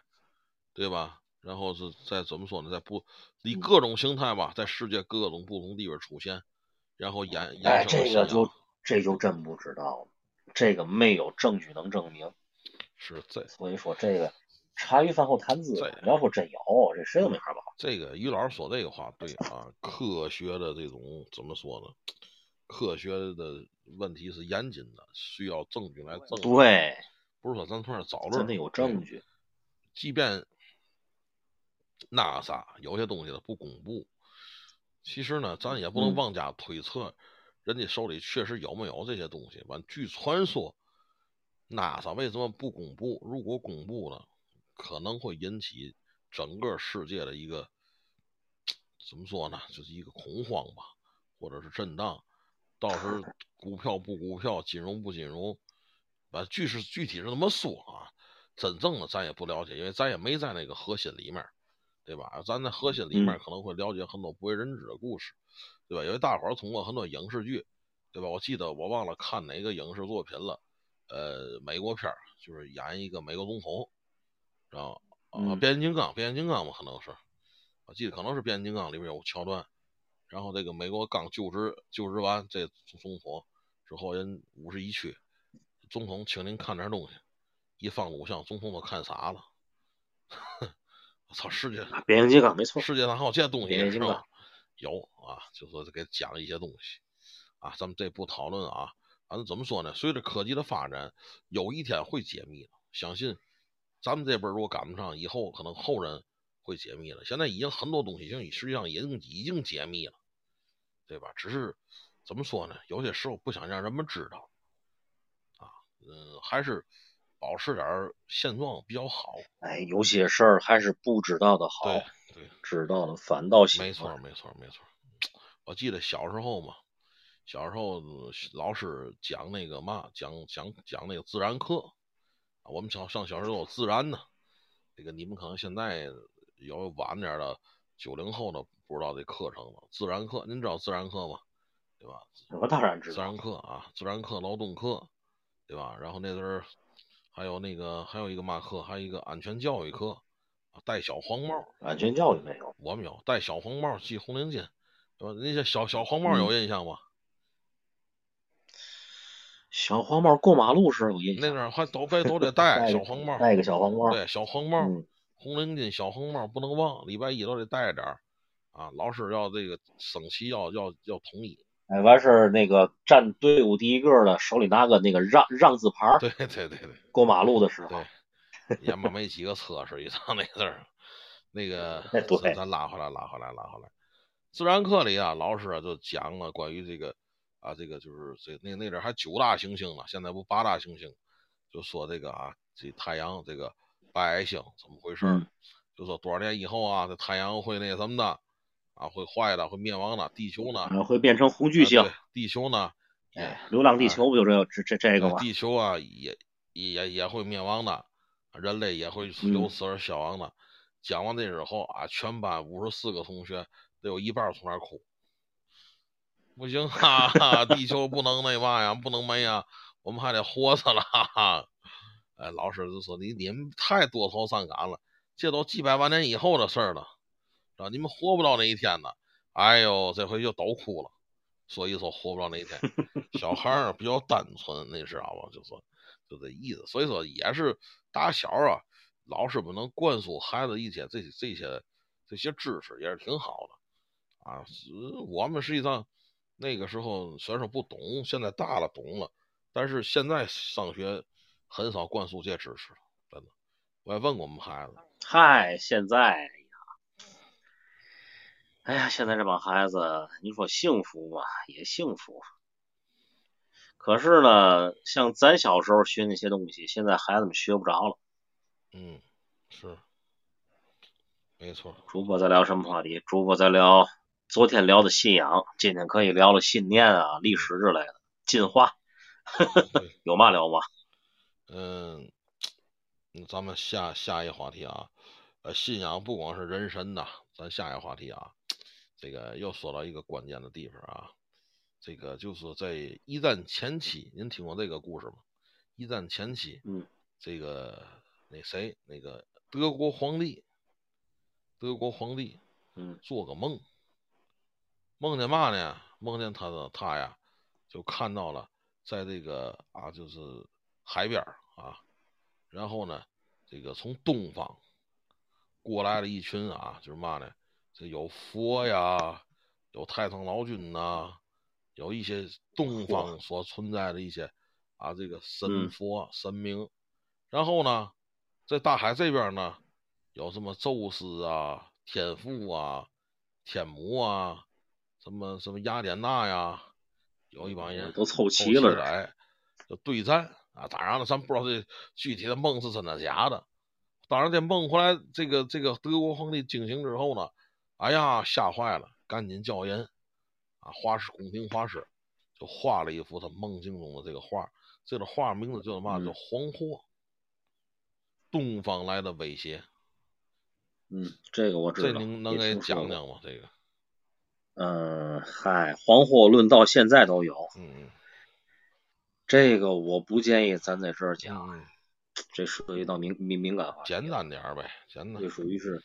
对吧？然后是在怎么说呢，在不
嗯
以各种形态吧，在世界各种不同地方出现，然后演
哎，
衍生了
这
信
个
仰，
就这就真不知道了，这个没有证据能证明，
是这
所以说这个茶余饭后谈资
对，嗯
你要说真有，这谁都没法保。
这个于老师说这个话对啊，科学的这种怎么说呢？科学的问题是严谨的，需要证据来证明，
对，
不是说咱从这儿找论，嗯
真的有证。据。
即便 NASA 有些东西它不公布，其实呢，咱也不能
嗯
妄加推测，人家手里确实有没有这些东西。完，据传说，NASA 为什么不公布？如果公布了，可能会引起整个世界的一个怎么说呢，就是一个恐慌吧，或者是震荡。到时候股票不股票，金融不金融，啊，具是具体是这么说啊，真正的咱也不了解，因为咱也没在那个核心里面儿，对吧？咱在核心里面儿
嗯
可能会了解很多不为人知的故事，对吧？因为大伙儿通过很多影视剧，对吧？我记得我忘了看哪个影视作品了，呃，美国片儿就是演一个美国总统，然后啊，
嗯
变形金刚，变形金刚吧，可能是，我记得可能是变形金刚里边有桥段，然后这个美国刚就职就职完这总统之后，人五十一区，总统请您看点东西，一放录像，总统都看傻了。 我操，世界
变形金刚没错，
世界上还有这东西
变形
是
金
吧
刚？
有啊，就说给讲一些东西啊，咱们这不讨论啊，反正怎么说呢？随着科技的发展，有一天会解密的，相信咱们这边如果赶不上，以后可能后人会解密了。现在已经很多东西已经实际上已经已经解密了，对吧？只是怎么说呢？有些时候不想让人们知道啊，嗯，还是保持点儿现状比较好。
哎，有些事儿还是不知道的好
对，对。
知道了反倒喜欢。
没错儿，没错儿，没错儿。我记得小时候嘛，小时候呃老师讲那个嘛，讲讲讲那个自然课。啊我们小上小时候有自然呢，这个你们可能现在有晚点儿的九零后的不知道这课程了。自然课，您知道自然课吗？对吧？
我当然知
自
道，
然课啊，自然课、劳动课，对吧？然后那阵儿还有那个还有一个嘛课，还有一个安全教育课，啊戴小黄帽。
安全教育没有。
我们有戴小黄帽系红领巾，对吧？那些小小黄帽有
嗯
印象吗？
小黄帽过马路时候有印
那
象，
阵儿还都得都得戴小黄帽，
戴个小黄帽，
对小黄帽、
嗯，
红领巾、小黄帽不能忘，礼拜一都得戴着点儿啊。老师要这个升旗要要要统一，
哎，完事儿那个站队伍第一个的，手里拿个那个让让字牌儿
对对对对
过马路的时候，，
对，也没没几个车是一趟那字儿。那个
对
咱咱拉回来，拉回来，拉回来。自然课里啊，老师啊就讲了关于这个啊，这个就是这那那阵儿还九大行星呢，现在不八大行星，就说这个啊，这太阳这个白矮星怎么回事儿？
嗯
就说多少年以后啊，这太阳会那什么的啊，会坏的，会灭亡的，地球呢，
然嗯后会变成红巨星
啊。对啊地球呢，也
哎，流浪地球不就这这这这个
呃
吗？
地球啊也也也会灭亡的，人类也会由
嗯
此而消亡的。讲完这之后啊，全班五十四个同学得有一半儿从那儿哭。不行啊， 地球不能那嘛呀，不能没呀，我们还得活着了。哈哈。哎，老师就说你你们太多愁善感了，这都几百万年以后的事儿了，啊，你们活不到那一天呢。哎呦，这回就都哭了，所以说活不到那一天。小孩儿比较单纯，那是啊，我就说就这意思。所以说也是打小啊，老师们能灌输孩子一些这这些这些知识也是挺好的啊。是我们实际上那个时候虽然说不懂，现在大了懂了，但是现在上学很少灌输这知识了，真的。我也问过我们孩子，
嗨，现在哎呀，哎呀，现在这帮孩子，你说幸福吗？也幸福。可是呢，像咱小时候学那些东西，现在孩子们学不着了。
嗯，是，没错儿，
主播在聊什么话题？主播在聊昨天聊的信仰，今天可以聊了信念啊、历史之类的，进化
对
有嘛 聊嘛。
嗯，嗯咱们下下一个话题啊，呃，信仰不光是人神呐，咱下一个话题啊，这个又说到一个关键的地方啊，这个就是在一战前期，您听过这个故事吗？一战前期，
嗯，
这个那谁，那个德国皇帝，德国皇帝
嗯
做个梦，梦见嘛呢？梦见他的他呀，就看到了在这个啊，就是海边儿啊，然后呢，这个从东方过来了一群啊，就是嘛呢？这有佛呀，有太上老君呐、有一些东方所存在的一些啊，这个神
嗯
佛、神明。然后呢，在大海这边呢，有什么宙斯啊、天父啊、天母啊，什么什么雅典娜呀，有一帮人
嗯都凑齐
齐
了
了，哎，就对战啊。当然了，咱不知道这具体的梦是真的假的。当然，这梦回来，这个这个德国皇帝惊醒之后呢，哎呀，吓坏了，赶紧叫人啊，画师宫廷画师就画了一幅他梦境中的这个画，这个画名字叫什么？
嗯
叫黄祸，东方来的威胁。
嗯，这个我知
这
道。
您能
也
给
听说
讲
过？
讲吗？这个，
嗯，嗨，黄祸论到现在都有。
嗯
这个我不建议咱在这儿
嗯
讲，啊
嗯，
这涉及到敏敏敏感话题，
简单点儿呗，简单
这，属于是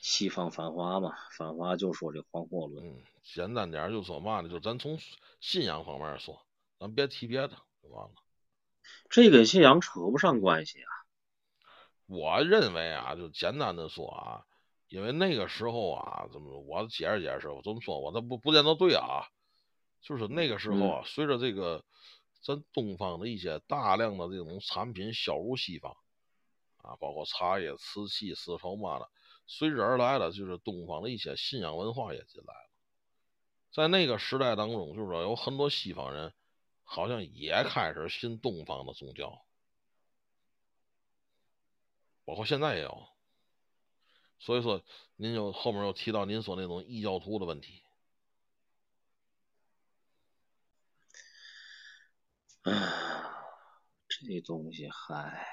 西方反华嘛，反华就说这黄祸论，
嗯，简单点儿就说嘛呢，就咱从信仰方面说，咱别提别的就完了。
这跟信仰扯不上关系啊。
我认为啊，就简单的说啊，因为那个时候啊，怎么我解释解释，我怎么说，我这不不见得对啊，就是那个时候啊，随着这个咱东方的一些大量的这种产品销入西方啊，包括茶叶、瓷器、丝绸嘛的，随之而来的就是东方的一些信仰文化也进来了。在那个时代当中，就是说有很多西方人好像也开始信东方的宗教。包括现在也有。所以说，您有后面又提到您说那种异教徒的问题，
啊，这东西嗨，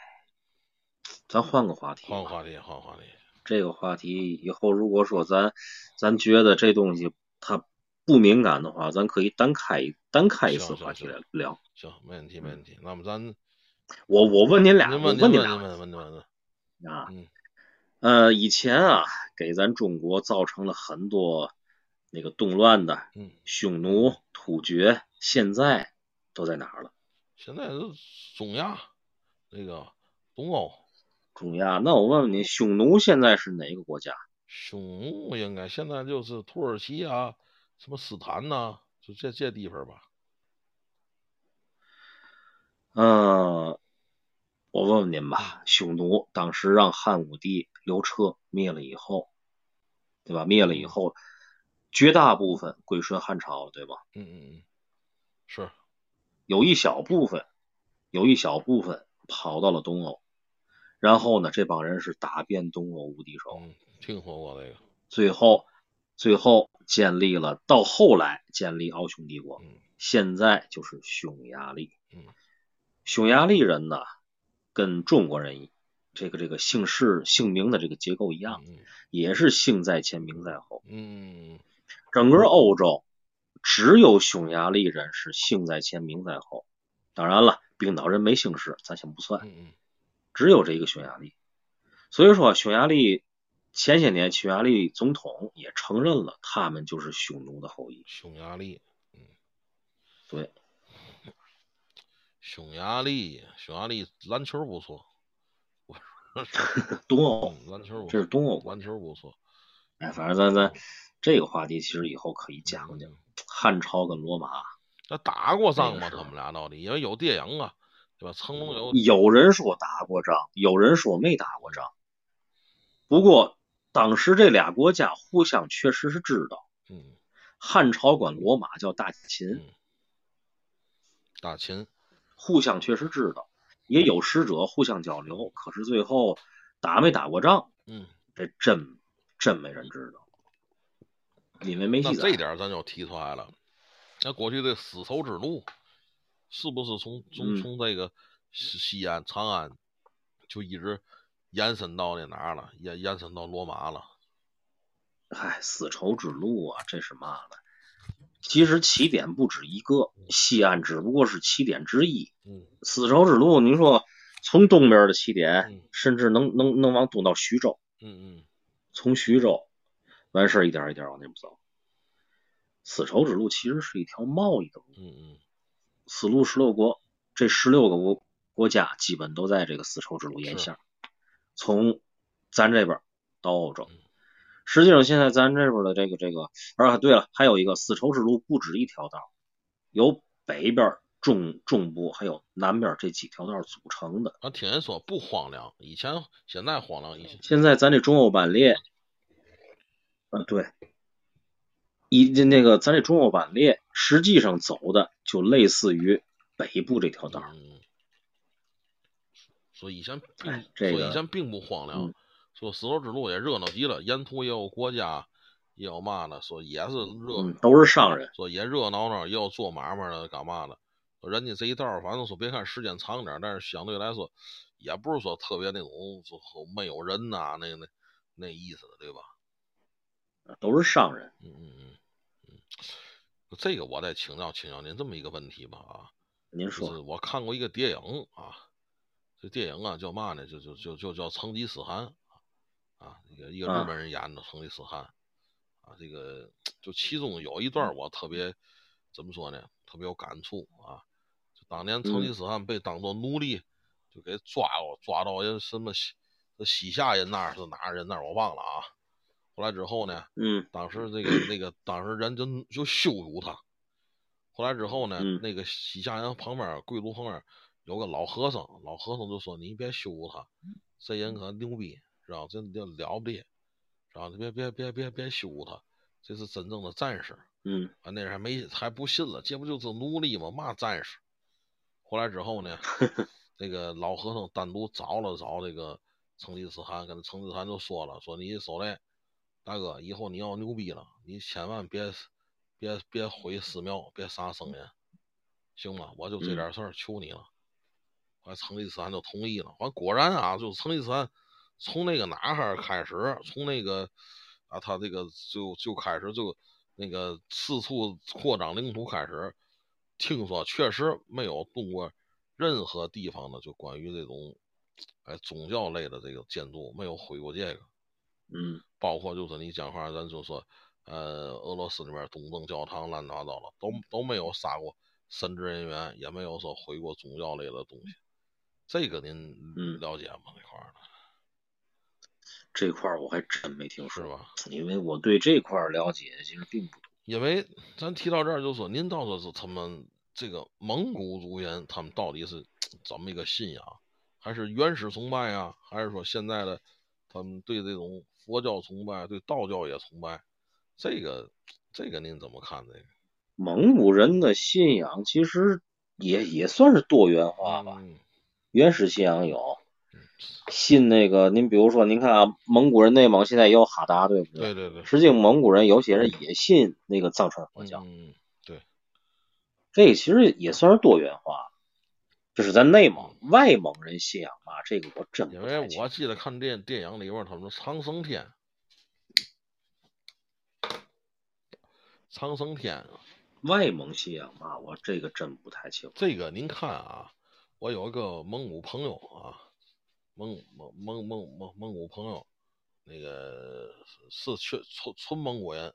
咱换个话题
换个
吧。
话题，换个话题。
这个话题以后如果说咱咱觉得这东西它不敏感的话，咱可以单开一单开一次
行行
话题
行
来聊。
行，没问题，没问题。那么咱
我我问您俩，
您
我
问您
你
问
俩
您问问您问您，
啊，
嗯
呃，以前啊，给咱中国造成了很多那个动乱的
嗯，
匈奴、突厥，现在都在哪儿了？
现在是中亚那个东欧
中亚。那我问问你，匈奴现在是哪个国家？
匈奴应该现在就是土耳其啊，什么斯坦呐、就这这地方吧。
呃，我问问您吧，匈奴当时让汉武帝刘彻灭了以后，对吧？灭了以后，绝大部分归顺汉朝了，对吗？
嗯嗯嗯，是，
有一小部分，有一小部分跑到了东欧，然后呢，这帮人是打遍东欧无敌手，
嗯，听说过这个，
最后，最后建立了，到后来建立奥匈帝国
嗯，
现在就是匈牙利
嗯。
匈牙利人呢，跟中国人一这个这个姓氏姓名的这个结构一样，
嗯
也是姓在前，名在后。
嗯
整个欧洲只有匈牙利人是姓在前，名在后。当然了，冰岛人没姓氏，咱先不
嗯
算，
嗯
只有这一个匈牙利。所以说啊，匈牙利前些年匈牙利总统也承认了，他们就是匈奴的后裔。
匈牙利，
对，
匈牙利，匈牙利篮球不错，我说是
东欧
嗯篮球不
这是
错，
东欧国
篮球不错，
哎，反正咱咱这个话题其实以后可以讲讲
嗯
汉朝跟罗马。
那打过仗吗？
这个是嗯
他们俩到底因为有电影啊，对吧？成龙有
有人说打过仗，有人说没打过仗。不过当时这俩国家互相确实是知道，
嗯
汉朝管罗马叫大秦，
嗯，大秦，
互相确实知道，也有使者互相交流。可是最后打没打过仗，
嗯，
这真真没人知道，因为没
那
记
这
载。
点儿咱就提出来了，那过去的丝绸之路是不是从从
嗯
从这个西西安、长安就一直延伸到那哪儿了？延延伸到罗马了？
嗨，丝绸之路啊，这是嘛呢？其实起点不止一个，西安只不过是起点之一。
嗯
丝绸之路，您说从东边的起点，
嗯
甚至能能能往东到徐州，
嗯嗯
从徐州完事儿一点儿一点儿往那边走。丝绸之路其实是一条贸易的路，
嗯嗯，
丝路十六国这十六个国国家基本都在这个丝绸之路沿线儿，从咱这边儿到欧洲
嗯。
实际上，现在咱这边儿的这个这个，啊，对了，还有一个丝绸之路不止一条道儿，由北边儿中中部还有南边儿这几条道儿组成的。
俺啊听人说不荒凉，以前现在荒凉，以前
现在咱这中欧版列，啊，对，一那个咱这中欧版列实际上走的就类似于北部这条道儿，
嗯，所以以前并、
哎这
所以
个
以前并不荒凉，
嗯
说丝绸之路也热闹极了，沿途也有国家，也有嘛的，说也是热，
嗯，都是商人，
说也热闹闹，也有做买卖的，干嘛的。说人家这一道儿，反正说别看时间长点儿，但是相对来说，也不是说特别那种说没有人呐、那那那意思，对吧？
都是商人。
嗯嗯嗯嗯，这个我再请教请教您这么一个问题吧啊，
您
就
说
是我看过一个电影啊，这电影啊叫嘛呢？就就就就叫《成吉思汗》啊，一个一个
啊
日本人演的《成吉思汗》啊，这个就其中有一
嗯
段我特别怎么说呢？特别有感触啊！就当年成
嗯
吉思汗被当做奴隶就给抓了，抓到人什么西西夏人那儿是哪儿人那儿我忘了啊。后来之后呢，
嗯
当时那个那个当时人就就羞辱他。后来之后呢，
嗯
那个西夏人旁边贵族旁边有个老和尚，老和尚就说：“你别羞辱他，这人可牛逼，知道真的了不得，知道别别别别别羞辱他，这是真正的战士。”
嗯
啊，那人还没还不信了，这不就是奴隶吗？嘛战士？后来之后呢，那个老和尚单独找了找这个成吉思汗，跟成吉思汗就说了，说你手雷大哥，以后你要牛逼了，你千万别别别毁寺庙，别杀僧人，行吗？我就这点事儿，求你了。完，成吉思汗就同意了。完，果然啊，就是成吉思汗从那个哪儿开始，从那个啊，他这个就就开始就那个四处扩张领土开始，听说确实没有动过任何地方的，就关于这种哎宗教类的这个建筑没有毁过这个，
嗯
包括就是你讲话，咱就说呃俄罗斯那边东正教堂乱七八糟了，都都没有杀过神职人员，也没有说毁过宗教类的东西。这个您
嗯
了解吗？这块儿的
这块儿我还真没听
是
说，
吧？
因为我对这块儿了解其实并不多。
因为咱提到这儿，就说您到底是他们这个蒙古族人，他们到底是怎么一个信仰，还是原始崇拜啊，还是说现在的他们对这种佛教崇拜，对道教也崇拜？这个这个您怎么看？这个
蒙古人的信仰其实也也算是多元化吧，
嗯
原始信仰有，信那个您比如说，您看啊，蒙古人内蒙现在也有哈达，对不
对对对，
实际蒙古人有些人也信那个藏传佛教，
嗯，
这个其实也算是多元化。就是咱内蒙外蒙人信仰嘛，这个我真
嗯因
不
为
太清
我记得看电电影里边儿，他们说长生天，长生天啊，
外蒙信仰嘛，我这个真不太清。
这个您看啊，我有一个蒙古朋友啊，蒙蒙蒙蒙蒙蒙古朋友，那个是是纯纯蒙古人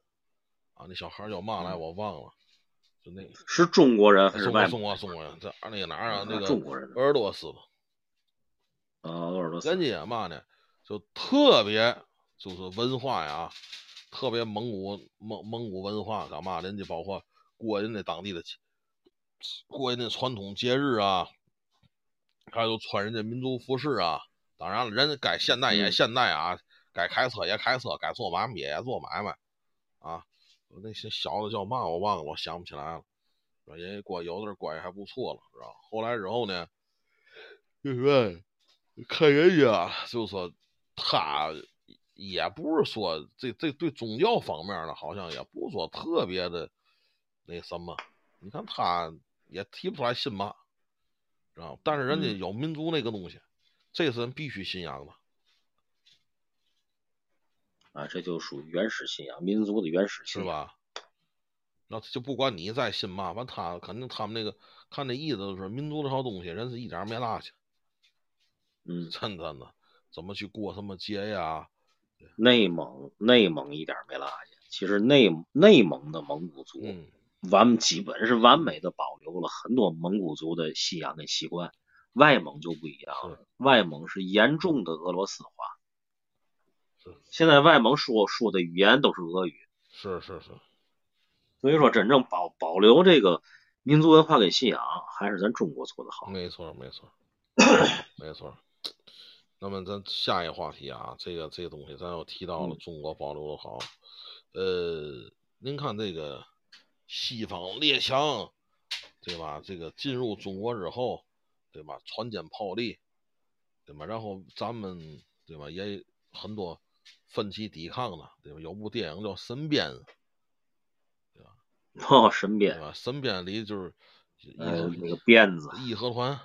啊，那小孩儿叫嘛来我忘了，就那
是中国人还是
中
嗯外
国
蒙
中国中国人，在那个哪儿啊？那
中
个
国人
鄂尔多斯吧，
啊，鄂尔多斯
人家也嘛呢，就特别就是文化呀，特别蒙古蒙蒙古文化干嘛？人家包括过人家当地的过人家传统节日啊，还有穿人家民族服饰啊。当然了，人家该现代也
嗯
现代啊，该开车也开车，该做买卖也做买卖啊。那些小子叫嘛我忘了，我想不起来了。说人家关有的人关系还不错了，知道吧？后来之后呢， 就是说看人家，啊就说他也不是说这这对宗教方面的，好像也不是说特别的那什么。你看他也提不出来信嘛，知道吧？但是人家
嗯
有民族那个东西，这是人必须信仰的。
啊，这就属于原始信仰，民族的原始
是
信仰。
吧？那就不管你再信嘛，完他肯定他们那个看那意思就是民族这套东西，人是一点儿没落下，
嗯，
真的呢。怎么去过什么节呀？
内蒙内蒙一点没落下。其实内内蒙的蒙古族，
嗯，
完基本是完美的保留了很多蒙古族的信仰跟习惯。外蒙就不一样了，外蒙是严重的俄罗斯化
是。
现在外蒙说说的语言都是俄语，
是是是，
所以说真正保保留这个民族文化跟信仰，还是咱中国做的好。
没错儿没错儿 没错儿。那么咱下一个话题啊，这个这个东西咱又提到了
嗯
中国保留的好，呃，您看这个西方列强，对吧？这个进入中国之后，对吧？船坚炮利，对吧？然后咱们对吧也很多奋起抵抗的，对吧？有部电影叫《身边》，
哦，身
对
边
吧？《身边》里就是义
呃
和
那个辫子，
义和团，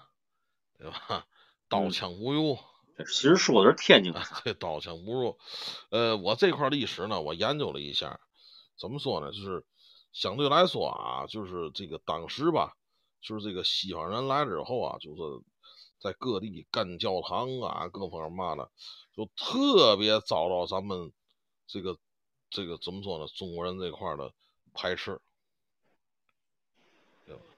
对吧？刀
嗯
枪不入。
其实说的是天津话。
啊，对，刀枪不入。呃，我这块历史呢，我研究了一下，怎么说呢？就是相对来说啊，就是这个当时吧，就是这个西方人来了之后啊，就是在各地干教堂啊，各方面嘛的，就特别遭到咱们这个这个怎么说呢？中国人这块儿的排斥。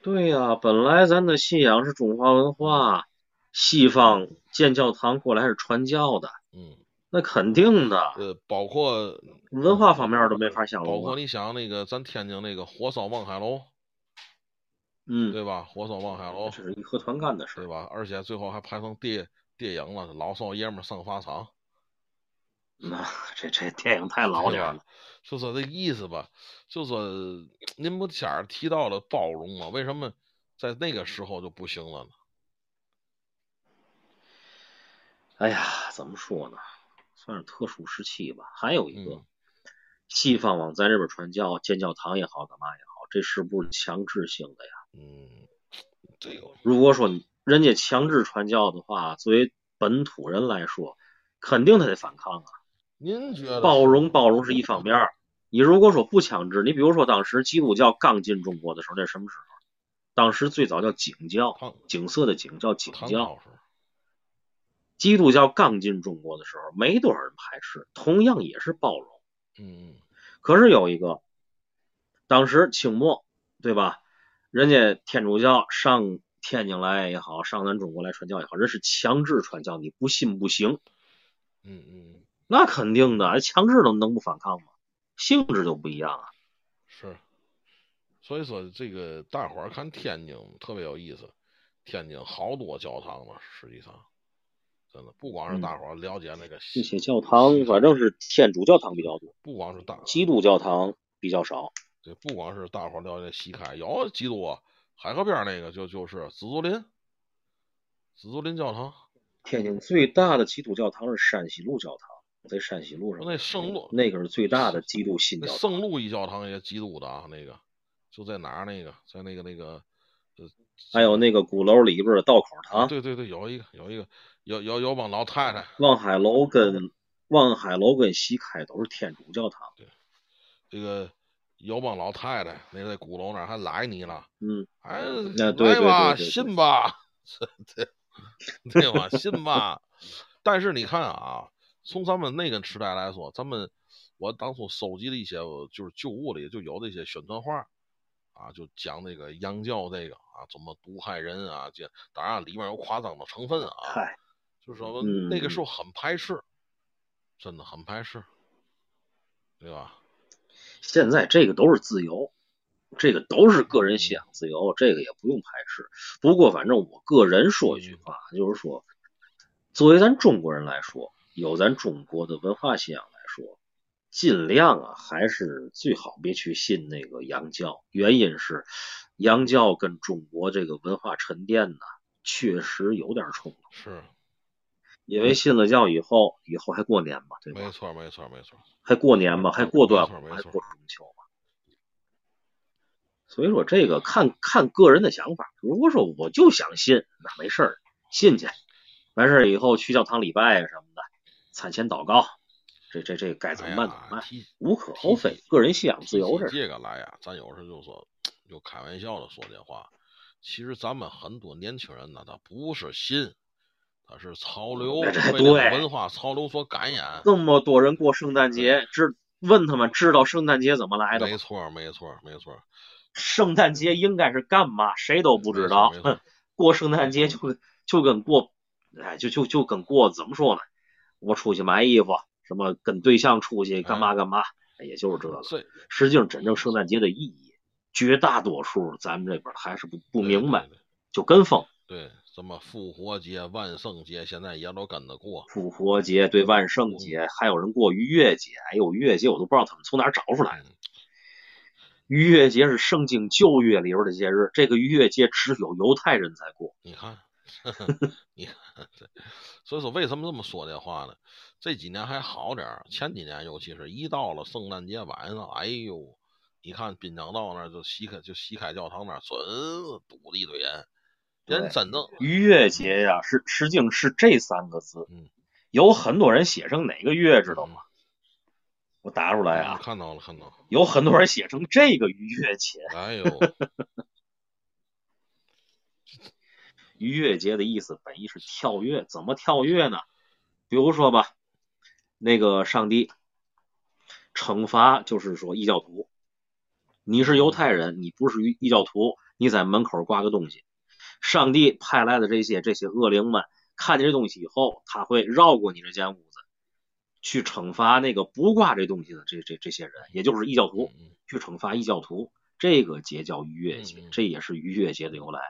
对呀、本来咱的信仰是中华文化，西方建教堂过来是传教的，
嗯，
那肯定的，
呃，包括
文化方面都没法相
包
容
括
啊。
你想那个咱天津那个火烧望海楼，
嗯，
对吧？火烧望海楼，
这是义和团干的事
对
儿。
吧？而且最后还拍成电电影了，老少爷们儿上法场，嗯
那这这电影太老点儿了。
就说这意思吧。就说您不前儿提到了包容嘛，为什么在那个时候就不行了呢？
哎呀，怎么说呢，算是特殊时期吧。还有一个，
嗯
西方往咱这边传教，建教堂也好，干嘛也好，这是不是强制性的呀？
嗯，这个
如果说你人家强制传教的话，作为本土人来说，肯定他得反抗啊。
您觉得
包容包容是一方面儿，你如果说不强制，你比如说当时基督教刚进中国的时候，那是什么时候？当时最早叫景教
唐，
景色的景叫景
唐
教。
朝时候
基督教刚进中国的时候，没多少人排斥，同样也是包容。
嗯嗯
可是有一个，当时清末，对吧？人家天主教上天津来也好，上咱中国来传教也好，人是强制传教，你不信不行。
嗯嗯，
那肯定的，强制都能不反抗吗？性质就不一样啊。
是，所以说这个大伙儿看天津特别有意思，天津好多教堂嘛，实际上真的不光是大伙儿了解那个
嗯这
西，
些教堂反正是天主教堂比较多，
不光是大
基督教堂比较少。
对，不光是大伙儿了解西开，有基督啊海河边儿那个就就是紫竹林，紫竹林教堂，
天津最大的基督教堂是山西路教堂，在山西路上。
那圣路
那个是最大的基督新
那
教堂。
圣路易教堂也基督的啊，那个就在哪儿那个，在那个那个呃，啊
还有那个啊鼓楼里边的道口堂，
对对对，有一个有一个有有有帮老太太，
望海楼跟望海楼跟西开都是天主教堂。
这个有帮老太太，那在鼓楼那儿还来你了，
嗯，
哎，
那对
来吧，
对对对对
信吧， 对对吧，信吧。但是你看啊，从咱们那个时代来说，咱们我当初收集的一些就是旧物里就有这些宣传画啊，就讲那个洋教这个啊，怎么毒害人啊，这当然里面有夸张的成分啊，
嗨，
就是说
嗯
那个时候很排斥，真的很排斥，对吧？
现在这个都是自由，这个都是个人信仰自由，这个也不用排斥。不过反正我个人说一句话，就是说，作为咱中国人来说，有咱中国的文化信仰来说。尽量啊，还是最好别去信那个洋教。原因是，洋教跟中国这个文化沉淀呢，确实有点冲突。
是，
因为信了教以后，以后还过年嘛，对
没
吧？
错，没错，没错。
还过年嘛，还过端午
没错，没
还
错
过中秋嘛。所以说这个看看个人的想法。如果说我就想信，那没事儿，信去，完事儿以后去教堂礼拜什么的，餐前祷告，这这这该怎
哎
么
呀，
办怎么办，
提
无可厚非，个人信仰自由这
提
是。
起这个来呀、咱有时候就说，就开玩笑的说这话。其实咱们很多年轻人呢，他不是信，他 是潮流
哎
被
这
这
对
个文化潮流所感染。
那么多人过圣诞节，知问他们知道圣诞节怎么来的
没
吗？
错，没错，没错，
圣诞节应该是干嘛？谁都不知道
没错没错。
过圣诞节就跟就跟过，哎，就就就跟过怎么说呢？我出去买衣服，什么跟对象出去干嘛干嘛，哎也就是这个。
这
实际上，真正圣诞节的意义，绝大多数咱们这边还是不不明白，。
对
就跟风。
对，对什么复活节、万圣节，现在也都跟着过。
复活节、对万圣节，还有人过逾越节。哎呦，逾越节我都不知道他们从哪儿找出来的。
嗯
逾越节是圣经旧约里边的节日，这个逾越节只有犹太人才过。
你看， 你看，对，所以说为什么这么说这话呢？这几年还好点儿，前几年尤其是一到了圣诞节晚上，哎呦，你看滨江道那儿就西开就西开教堂那儿，准堵了一堆人，人
对
真正
逾越节呀、是实际上是这三个字。
嗯
有很多人写成哪个月知道吗？我打出来
嗯
啊，
看到了看到了，
有很多人写成这个逾越节。
哎 呦，
逾越节的意思本意是跳跃，怎么跳跃呢？比如说吧，那个上帝惩罚就是说异教徒，你是犹太人，你不是异教徒，你在门口挂个东西，上帝派来的这些这些恶灵们看见这东西以后，他会绕过你这间屋子，去惩罚那个不挂这东西的这这这些人，也就是异教徒。
嗯嗯
去惩罚异教徒，这个节叫逾越节
嗯嗯，
这也是逾越节的由来。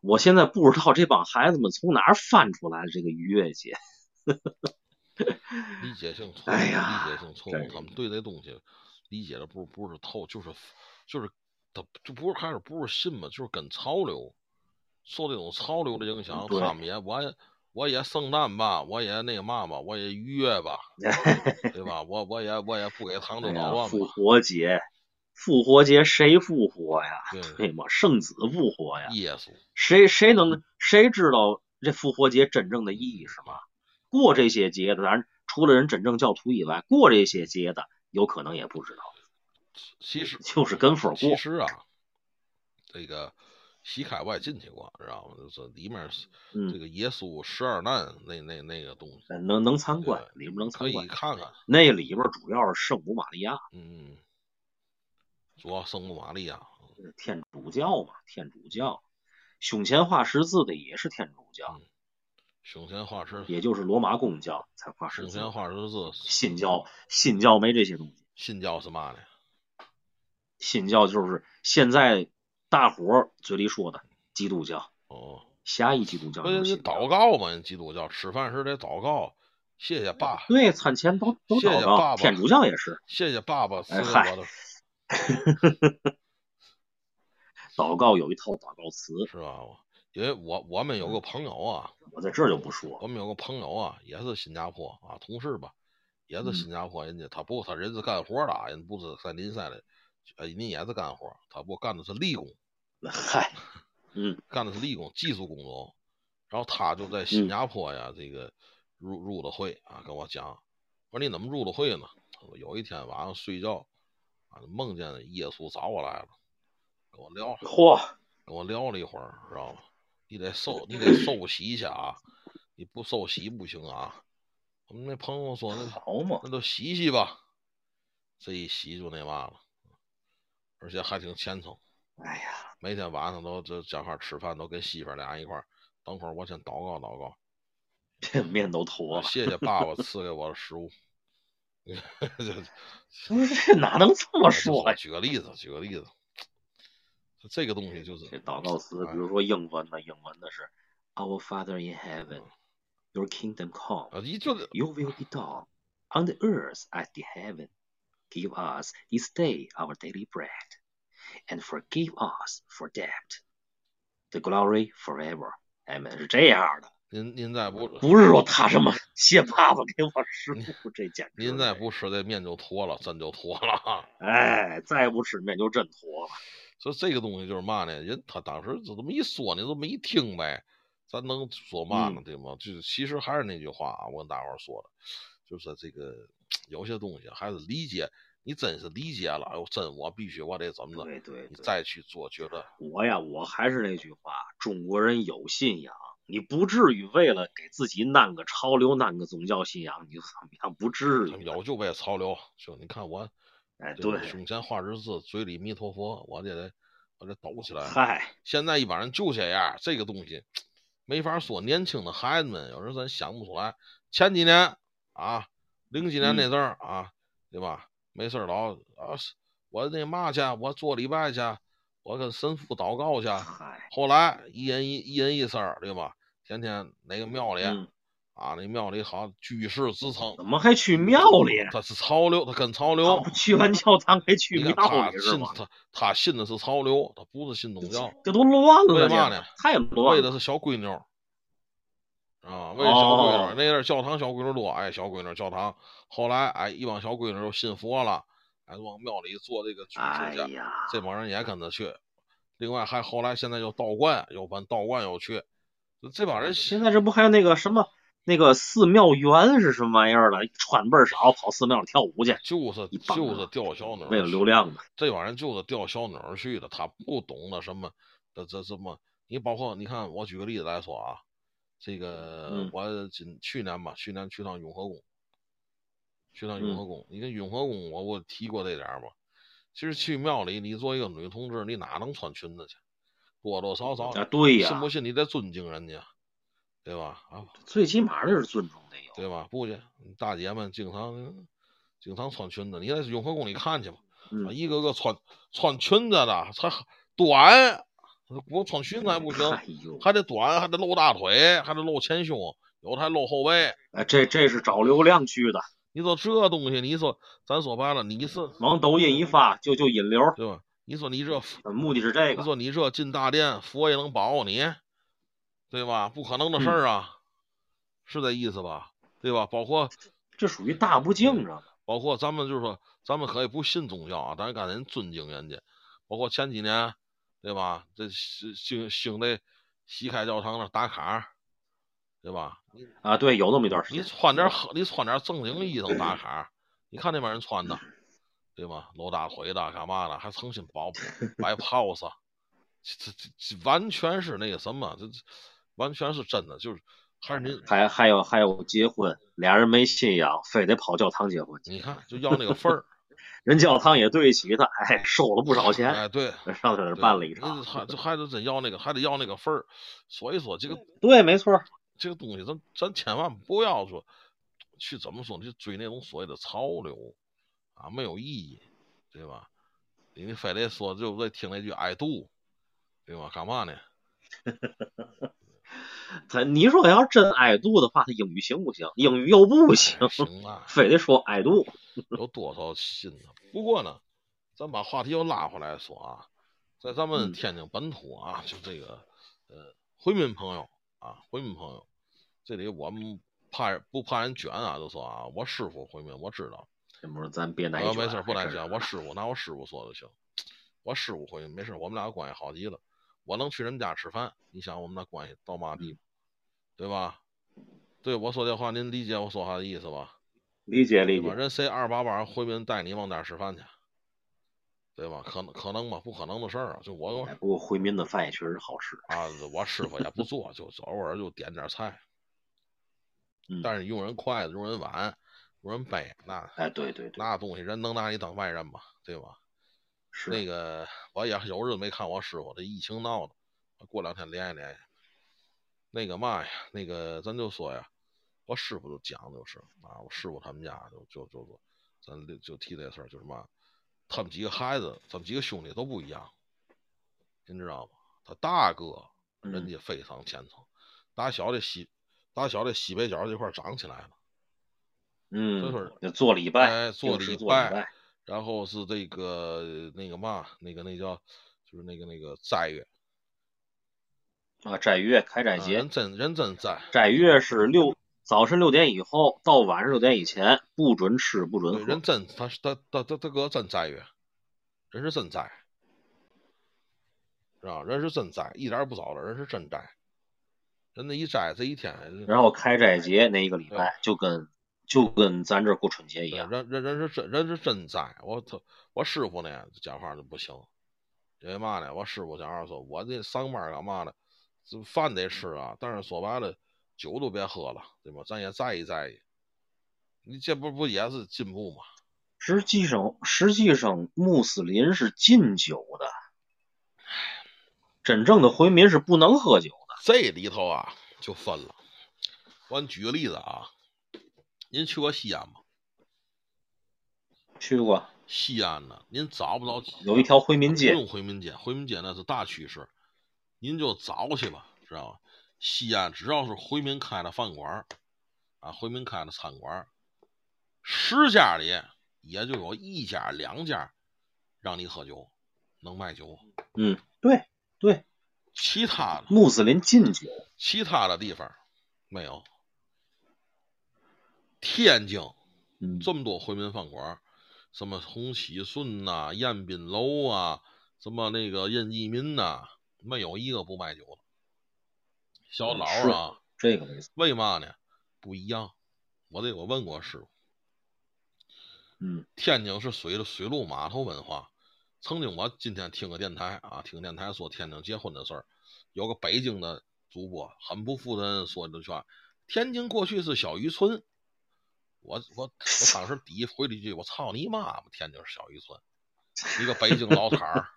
我现在不知道这帮孩子们从哪儿翻出来的这个逾越节，
理解性错误，
哎呀
理解性错误，
真
他们对这东西理解的不不是透，就是就是他就不是开始不是信嘛，就是跟潮流受这种潮流的影响，
嗯对
他们也我也我也圣诞吧，我也那个嘛吧，我也愉悦 吧，对吧？我我也我也不给糖就
哎
捣
呀，
乱
复
吧，
活节，复活节谁复活呀？
对，
对吗？圣子复活哎呀？
耶稣
谁谁能谁知道这复活节真正的意义是吗？过这些节的，当然除了人真正教徒以外，过这些节的有可能也不知道，
其实
就是跟风
其
过。
实啊，这个西凯我也进去过，知道吗？就是里面是这
嗯，
个耶稣十二难那那那个东西。
呃能能参观，里边能
可
参
以
观。
看看，
那里边主要是圣母玛利亚，
嗯，主要圣母玛利亚，
天主教嘛，天主教，胸前画十字的也是天主教，
胸前画十，
也就是罗马公教才画十
嗯胸
字
前，画十字，
信教信教没这些东西。
信教是嘛呢？
信教就是现在大伙儿嘴里说的基督教，
哦，
狭义基督教
关键
就是信
祷
教。
告嘛，基督教吃饭时得祷告，谢谢爸，
对，餐前都 都
谢谢
祷
爸爸
告，天主教也是
谢谢爸爸赐
哎
给
嗨
我的，
祷告有一套祷告词，
是吧？因为我我们有个朋友啊，
我在这儿就不说
我
了。
们有个朋友啊，也是新加坡啊，同事吧，也是
嗯
新加坡人家，他不他人是干活的，啊，人不是在林赛的，呃，人家也是干活，他不干的是力工，
嗨，嗯
干的是力工，技术工种。然后他就在新加坡呀，这个入入的会啊，跟我讲，我说你怎么入的会呢？他说有一天晚上睡觉啊，梦见耶稣找我来了，跟我聊了，
嚯，
跟我聊了一会儿，知道吗？你得受，你得受洗一下啊，你不受洗不行啊。我们那朋友说那
好嘛，
那就洗洗吧，这一洗就那嘛了，而且还挺虔诚。
哎呀，
每天晚上都这讲话吃饭都跟媳妇儿俩一块儿。等会儿我先祷告祷告，
这面都坨了，
谢谢爸爸赐给我的食物。 这
不是这哪能这么说呀？
举个例子，举个例子，这个东西就是
这祷告词，
哎
比如说英文的，英文的是 Our Father in Heaven, Your Kingdom Come,
啊，一就是
Your will be done on the earth as the heaven. Give us this day our daily bread, and forgive us for debt. The glory forever. Amen. 是这样的，
您您再不
不是说他什么谢爸爸给我食物，这简直是
您再不吃这面就坨了，真就坨了。
哎，再不吃面就真 坨了。
所以这个东西就是嘛呢？人他当时就这么一说，你就这么一听呗，咱能说嘛
嗯
呢？对吗？就是其实还是那句话啊，我跟大伙儿说的，就是这个有些东西还是理解，你真是理解了，哎呦，真我必须我得怎么的，
对对
你
对。
嗯再去做决断。
我呀，我还是那句话，中国人有信仰，你不至于为了给自己弄个潮流、弄个宗教信仰，你就怎么样？不至于。
有就为潮流，就你看我
哎，
这个
对，
胸前画十字，嘴里弥陀佛，我这得我这抖起来。
嗨，
现在一般人就这样，这个东西没法说。年轻的孩子们，有时候咱想不出来。前几年啊，零几年
嗯
那阵儿、啊，对吧？没事儿老啊，是我那嘛去，我做礼拜去，我跟神父祷告去。
嗨，
后来一人一一人一事儿，对吧？天天哪个庙里、
嗯，
啊，那庙里好像举世之称
怎，么还去庙里？啊
他是潮流，他跟潮
他
流
不。去完教堂还去
你看
庙
他
里是
信
吗？
他他信的是潮流，他不是信宗教。
这都乱
为
了，
嘛
这
呢
太
为
乱
的
了。
是小闺女儿啊，为了小闺女儿
哦
那阵儿教堂小闺女儿多，哎，小闺女儿教堂。后来哎，一帮小闺女儿都信佛了，哎，往庙里做这个举
哎
事去，
呀，
这帮人也跟着去。另外还后来现在又道观，又办道观又去，就这帮人
哎现在这不还有那个什么那个寺庙员是什么玩意儿了？穿倍儿少，跑寺庙里跳舞去，
就是
一帮人啊
就是钓小鸟儿
为了流量的。
这玩意儿就是钓小鸟儿去的，他不懂得什么这这这么，你包括你看，我举个例子来说啊，这个、
嗯
我今去年吧，去年去趟雍和宫，去趟
嗯
雍和宫，你看雍和宫我我提过这点儿吧，其实去庙里，你做一个女同志，你哪能穿裙子去？多多少少，
啊，对呀
信，不信你得尊敬人家，对吧？啊，
最起码这是尊重得有。
对吧？不去，大姐们经常经常穿裙子，你在雍和宫里看去吧。
嗯
啊，一个个穿穿裙子的，才短，我穿裙子还不行，
哎呦，
还得短，还得露大腿，还得露前胸，有的还露后背。
哎，这这是找流量去的，
你说这东西，你说咱说白了，你是
往抖音一发就就引流，呃
对吧？你说你这，
目的是这
你
个。
说你这进大殿，佛也能保护你，对吧？不可能的事儿啊，是这意思吧？对吧？包括
这属于大不敬，知道吗？
包括咱们就是说，咱们可以不信宗教啊，但是该人尊敬人家。包括前几年，对吧？这兴兴兴的西开教堂那打卡儿，对吧？你
啊，对，有那么一段时
你
间。
穿点好，你穿点正经衣裳打卡儿，你看那帮人穿的，对吗？露大腿的，干嘛的？还诚心保摆 pose，这这这完全是那个什么，这这完全是真的，就是还是您
还还有还有结婚，俩人没信仰，非得跑教堂结婚去，
你看就要那个份儿，
人教堂也对得起他， 哎，收了不少钱，
哎，对，
上他那儿
对
办了一
那
场。
还 这还得真要那个，还得要那个份儿。所以说，这个
对，没错，
这个东西，咱咱千万不要说去怎么说呢，就追那种所谓的潮流啊，没有意义，对吧？你非得说就得听那句 I do，对吧？干嘛 呢？
他你说他要真爱度的话，他英语行不行？英语又不行，
哎行啊，
非得说爱度。
有多少心呢？不过呢，咱把话题又拉回来说啊，在咱们
嗯
天津本土啊，就这个呃回民朋友啊，回民朋友，这里我们怕人不怕人卷啊，就说啊，我师傅回民，我知道，
这哦不是咱别
啊
难，
没事儿不
来
来卷，我师傅拿我师傅说就行，我师傅回民没事儿，我们俩关系好极了，我能去人家吃饭，你想我们那关系到嘛地步，对吧？对我说这话，您理解我说话的意思吧？
理解
对
理
吧？
解。
人谁二八八回民带你往那儿吃饭去，对吧？可能可能吗？不可能的事儿啊！就我
哎不过回民的饭也确实好吃，
啊，我师傅也不做，就就偶尔就点点菜，
嗯
但是用人筷子、用人碗、用人杯，那
哎，对对对，
那东西人能拿你当外人吗？对吧？
是
那个我也有日子没看我师傅，这疫情闹的，过两天联系联系。那个嘛呀，那个咱就说呀，我师傅就讲就是啊，我师傅他们家就就就说，咱就就提这事儿，就是嘛，他们几个孩子，他们几个兄弟都不一样，您知道吗？他大哥人
嗯
家非常虔诚，打小这西打小这西北角这块儿长起来了。所以说
嗯，就做礼拜，
哎做
定时
礼
做礼
拜，然后是这个那个嘛，那个那叫就是那个那个斋月，
啊，斋月开斋
啊
节
人，真人真斋，
斋月是六早晨六点以后到晚上六点以前不准吃不
对，
准喝
人，真他是他他他他哥真斋月，人是真斋，是吧？人是真斋，一点儿不早了，人是真斋，人那一斋这一天，
然后开斋节那一个礼
对
拜就跟就跟咱这儿过春节一
对
样，
人人人是真人是真在，我他我师傅呢讲话就不行，因为嘛呢？我师傅讲话说，我这上班干嘛的？这饭得吃啊，但是说白了，酒都别喝了，对吧？咱也在意在意，你这不不也是进步吗？
实际上，实际上穆斯林是禁酒的，真正的回民是不能喝酒的。
这里头啊就分了。我给你举个例子啊，您去过西安吗？
去过
西安呢，您找不着几
有一条回民
不
街，
用回民街，回民街那是大趋势，您就早去吧，知道吧？西安只要是回民开的饭馆儿啊，回民开的餐馆儿，十家里也就有一家两家让你喝酒，能卖酒，
嗯，对对，
其他的
穆斯林禁酒，
其他的地方没有。天津
嗯，
这么多回民饭馆儿，什么红喜顺呐、宴宾楼啊，什么那个任意民呐、没有一个不卖酒的。小
嗯
老
是
儿啊，
这个没错，
为嘛呢？不一样。我这我问过师傅，
嗯
天津是水水陆码头文化。曾经我今天听个电台啊，听电台说天津结婚的事儿，有个北京的主播很不负责任说这句话：天津过去是小渔村。我我我当时第一回了一句：“我操你妈嘛！天津是小渔村，一个北京老摊儿，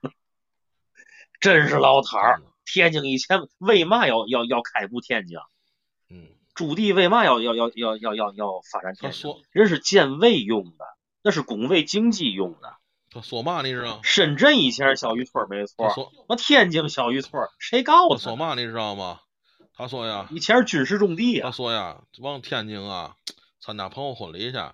真 是老坛儿。
真的
天津以前为嘛要要要开埠天津啊？
嗯，
朱棣为嘛要要要要要要要发展
他
天津
说？
人是建卫用的，那是拱卫经济用的。
他说嘛你知道吗？
深圳以前是小渔村没
他
错，
说
那天津小渔村谁告
他
诉
说
他？
嘛你知道吗？他说呀，
以前是军事重地
他
啊，
说呀，往天津啊参加朋友婚礼去，啊，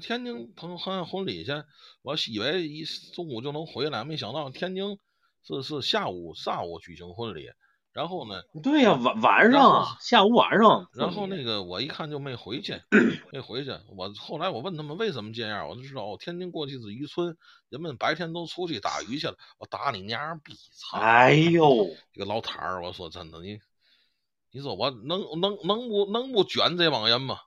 天津朋友参加婚礼去，我以为一中午就能回来，没想到天津是是下午下午举行婚礼，然后呢，
对呀、晚晚上
然后
啊，下午晚上，
然后那个我一看就没回去，没回去。我后来我问他们为什么这样，我就知道哦，天津过去是渔村，人们白天都出去打鱼去了。我打你娘逼！操！
哎呦，
一个老坛儿，我说真的，你你说我能能能不能不卷这帮人吗？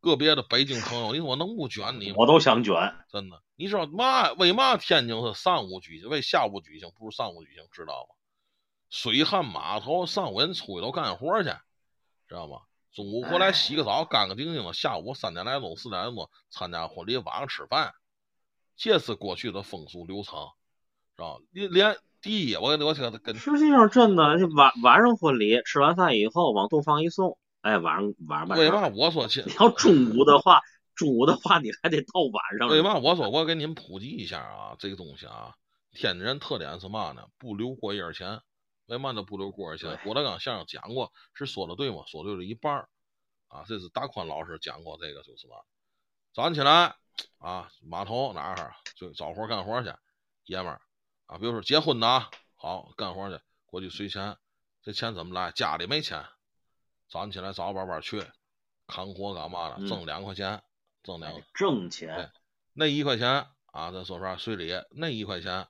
个别的北京朋友，你说我能不卷你吗？
我都想卷，
真的，你知道嘛？为嘛天津是上午举行，为下午举行，不是上午举行，知道吗？水旱码头上午人出去都干活去，知道吗？中午过来洗个澡，干干净净的。下午三点来钟、四点来钟参加婚礼，晚上吃饭，这是过去的风俗流程，知道吧？连连第一，我跟我跟跟
实际上真的晚晚上婚礼吃完饭以后往东方一送，哎，晚上晚上晚
为
上，
嘛我说去？
你要中午的话，中午的话你还得到晚上，
对嘛，我说我给您普及一下啊，这个东西啊，天津人特点是嘛呢？不留过夜钱。为嘛叫不留过夜钱？
对
郭德纲相声讲过，是说的对吗？说对了一半儿啊。这是大宽老师讲过这个，就是嘛，早上起来啊，码头哪儿啊就找活儿干活儿去，爷们儿啊，比如说结婚的啊，好干活儿去，过去随钱，这钱怎么来？家里没钱，早上起来早晚晚去，扛活干嘛
嗯
呢？挣两块钱，挣两块
得挣钱，
那一块钱啊，咱说实话，水里那一块钱，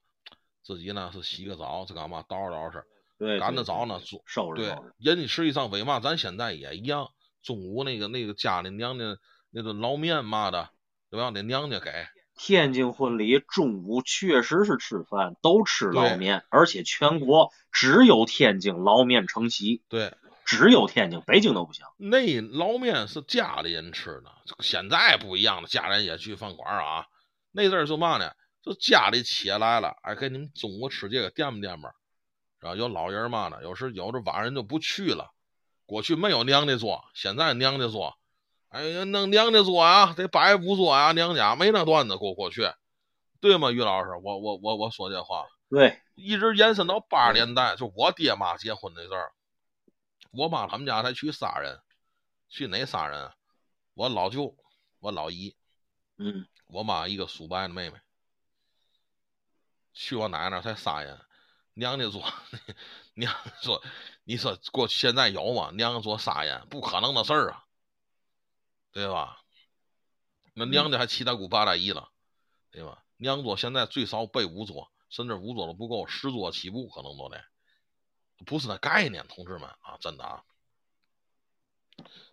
自己呢是洗个澡，是干嘛捯饬捯饬，
对，
赶
对
得早
对
呢
对
做
收拾
对
收拾，，
人家实际上为嘛？咱现在也一样，中午那个那个家里娘家那顿捞面嘛的，都让那娘家给。
天津婚礼中午确实是吃饭，都吃捞
对
面，而且全国只有天津捞面成席，
对，
只有天津，北京都不行。
那捞面是家里人吃的，这个现在不一样了，家人也去饭馆啊。那阵儿是嘛呢？就家里起来了，哎，给你们中午吃这个垫吧垫吧。然后有老人嘛呢，有时有的晚上人就不去了。过去没有娘家做，现在娘家做。哎呀，弄娘家做啊，得百不做啊，娘家没那段子过过去，对吗？于老师，我我我我说这话，
对，
一直延伸到八十年代，就我爹妈结婚那阵儿，我妈他们家才娶仨人，娶哪仨人啊？我老舅、我老姨、
嗯，
我妈一个叔伯的妹妹。去我奶奶那儿才仨人，娘家做， 娘家做，你说过去现在有吗？娘家做仨人，不可能的事儿啊，对吧？那娘家还七大姑八大姨了，对吧？娘桌现在最少备五桌，甚至五桌都不够，十桌起步可能都得，不是那概念，同志们啊，真的啊！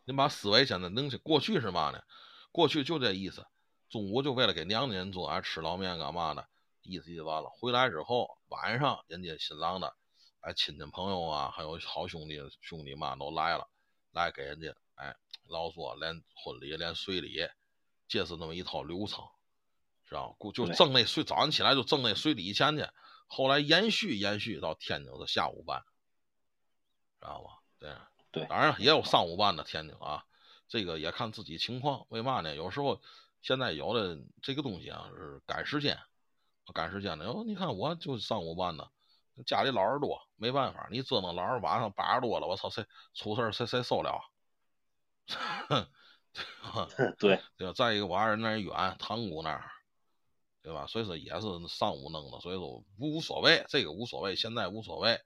您把思维现在弄起，过去是嘛呢？过去就这意思，中午就为了给娘家人做，哎，吃捞面干嘛的，意思意思完了。回来之后，晚上人家新郎的，哎，亲戚朋友啊，还有好兄弟兄弟嘛都来了，来给人家哎老说连婚礼连随礼，这是那么一套流程，知道吗？就
对
挣那睡早上起来就挣那睡礼钱去，后来延续延续到天津的下午办，知道吗？对啊
对
当然也有上午办的天津啊，这个也看自己情况。为嘛呢？有时候现在有的这个东西啊是赶时间，赶时间的。哦，你看我就是上午办的，家里老人多，没办法，你折腾老人晚上八十多了，我操，谁出事儿谁谁受了？
对，
对吧？再一个，我爱人那儿远，塘沽那儿，对吧？所以说也是上午弄的，所以说无无所谓，这个无所谓，现在无所谓。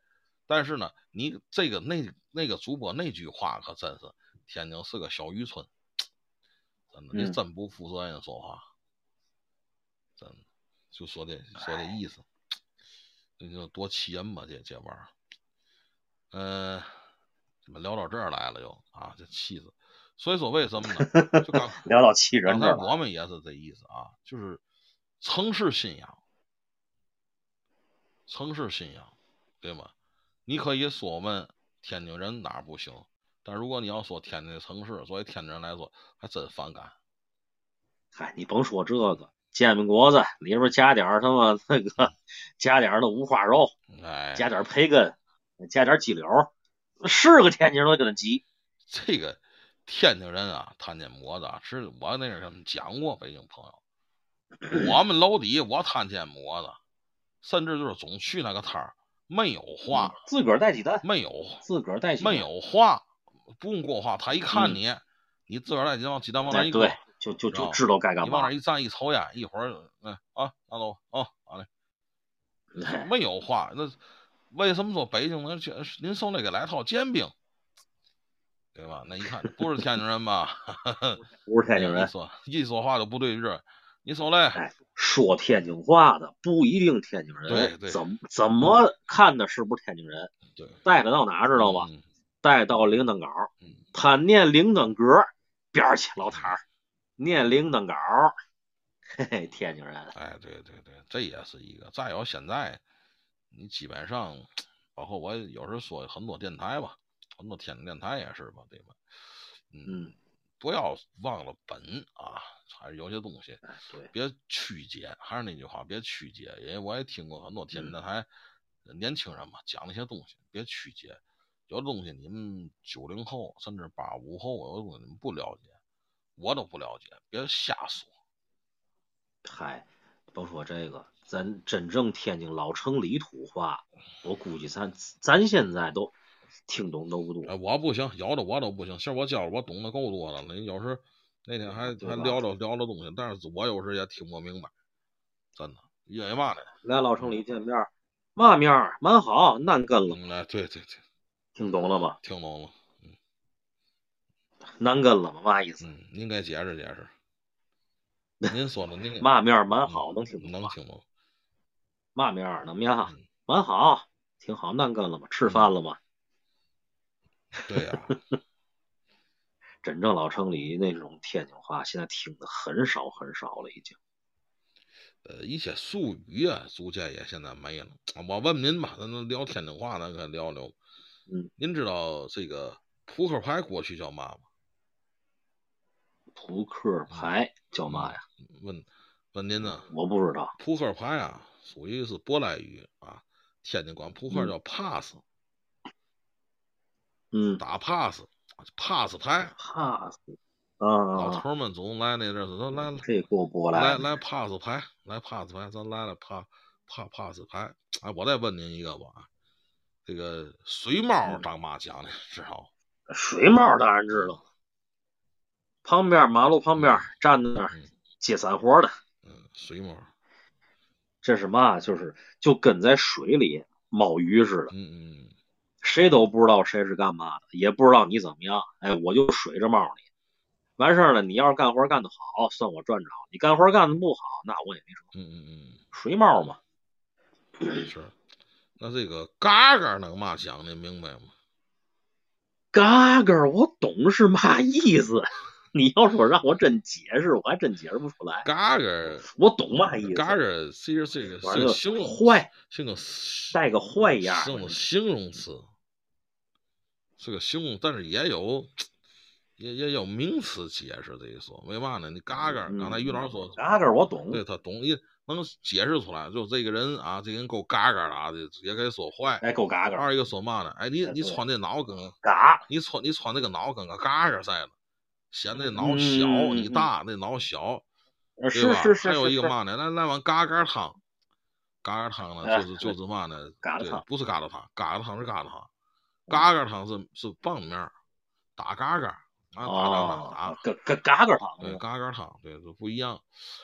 但是呢，你这个那那个主播那句话可真是，天津是个小渔村，真的，
嗯
你真不负责任说话，真的，就说这说这意思，这就多气人吧，这这玩意儿。嗯、怎么聊到这儿来了又啊？这气死！所以说为什么呢？就刚
聊到气
刚
人这
才
儿了，
啊我们也是这意思啊，就是城市信仰，城市信仰，对吗？你可以说我们天津人哪儿不行，但如果你要说天津的城市，作为天津人来说，还真反感。
哎，你甭说这个煎饼果子里边加点儿他妈那个，加点儿那五花肉，
哎，
加点儿培根，加点儿鸡柳儿，是个天津人都跟他急。
这个天津人啊，摊煎馍子啊，是我那阵儿跟他们讲过，北京朋友，我们楼底我摊煎馍子，甚至就是总去那个摊儿，没有话，
嗯自个儿带鸡蛋，
没有
自个儿带鸡蛋，
没有话，不用给话，他一看你，你自个儿来，你往鸡蛋往那儿
嗯哎，
一
对
搁，，
就就
知道
就知道该干
你往那
嘛
儿。一站一抽烟，一会儿，嗯啊，拿走啊，好嘞。
哎
没有话。那为什么说北京人去您送那个来套煎饼，对吧？那一 看不是天津人吧？ 哎
不 是天津
一
人，
说一说话就不对劲儿。你说嘞，
哎说天津话的不一定天津
对
人，
对
怎么怎么看的是不是天津人？
对，
带他到哪儿知道吧？
嗯
带到铃铛岗，
嗯
他念铃铛格儿边儿去，老谭儿念铃铛杆儿，嘿嘿，天津人，
哎，对对对，这也是一个。再有现在，你基本上，包括我有时候说很多电台吧，很多天津电台也是吧，对吧？
嗯，
不要忘了本啊，还是有些东西
哎对，
别曲解，还是那句话，别曲解。因为我也听过很多天津
嗯
台年轻人嘛讲那些东西，别曲解。有的东西你们九零后甚至八五后，有的东西你们不了解，我都不了解，别瞎说。
嗨，甭说这个，咱真正天津老城里土话，我估计咱咱现在都听懂都不多。
哎，我不行，有的我都不行。其实我觉着我懂得够多的了。有时那天还
对
还
吧
聊着聊着东西，但是我有时也听不明白，真的，因为嘛呢？
来老城里见面儿，嘛面儿蛮好，难跟了，
嗯，哎，对对对，
听懂了吗？
听懂了。
难跟了吗？嘛意思？
嗯，您给解释解 释。您说的那个
嘛面儿蛮好，能听懂
嗯能
吗？
听懂？
嘛面儿能面
嗯
蛮好，挺好，难跟了吗？吃饭了吗？
对啊呀、
真正老城里那种天津话，现在听的很少很少了，已经。
呃，一些术语啊，逐渐也现在没了。啊我问您吧，咱能聊天津话，咱可聊聊。
嗯，
您知道这个扑克牌过去叫嘛吗？
扑克牌
嗯
叫嘛呀？
问问您呢？
我不知道。
扑克牌啊，属于是舶来语啊，天津管扑克
嗯
叫 pass，、
嗯
打 pass，pass 牌。
，pass 啊
老
啊，
头儿们总来那阵儿，说来来
这给我拨
来
来。
来 pass 牌，来 pass 牌，咱来了 pass pass pass 牌。哎，我再问您一个吧，啊，这个水猫
嗯
当嘛讲的，知道吗？
水帽当然知道，旁边马路旁边站在那儿
嗯
接散活的，
嗯，水猫，
这是嘛？就是就跟在水里冒鱼似的，
嗯嗯，
谁都不知道谁是干嘛的，也不知道你怎么样。哎，我就水着冒你。完事儿了，你要是干活干得好，算我赚着；你干活干得不好，那我也没辙。
嗯嗯
水帽嘛，
嗯，是。那这个嘎嘎能嘛讲的，明白吗？
嘎嘎儿，我懂是嘛意思。 你要说让我真解释，我还真解释不出来。
嘎嘎，
我懂嘛意思，
嘎嘎，其实这个
反
是
正
个形容
坏，
是个
带个坏样
是
儿
个。形容词，是个形容，但是也有也也有名词解释这一说。为嘛呢？你嘎嘎，刚才于老师说，
嗯嘎嘎，我懂。
对他懂，一能解释出来，就这个人啊，这个人够嘎嘎的啊，这也可以说坏。
哎，够嘎嘎，
二一个说嘛呢？哎，你
哎
你
对
穿这脑跟个
嘎，
你穿你穿那个脑跟个嘎嘎似的，显得脑小，
嗯
你大那脑小，
呃
对
是
吧？
是是
还有
是
一个
是
嘛呢？来来碗嘎嘎汤，嘎嘎汤呢，
哎
就是就是嘛呢？
嘎嗯嘎
对
汤，
不是嘎嘎汤，嘎嘎汤是嘎嘎汤，嘎嘎汤是是棒面儿，打嘎嘎啊，打打打
啊
打，，
嘎嘎嘎嘎
对，
糖，
嘎嘎汤，对，就不一样。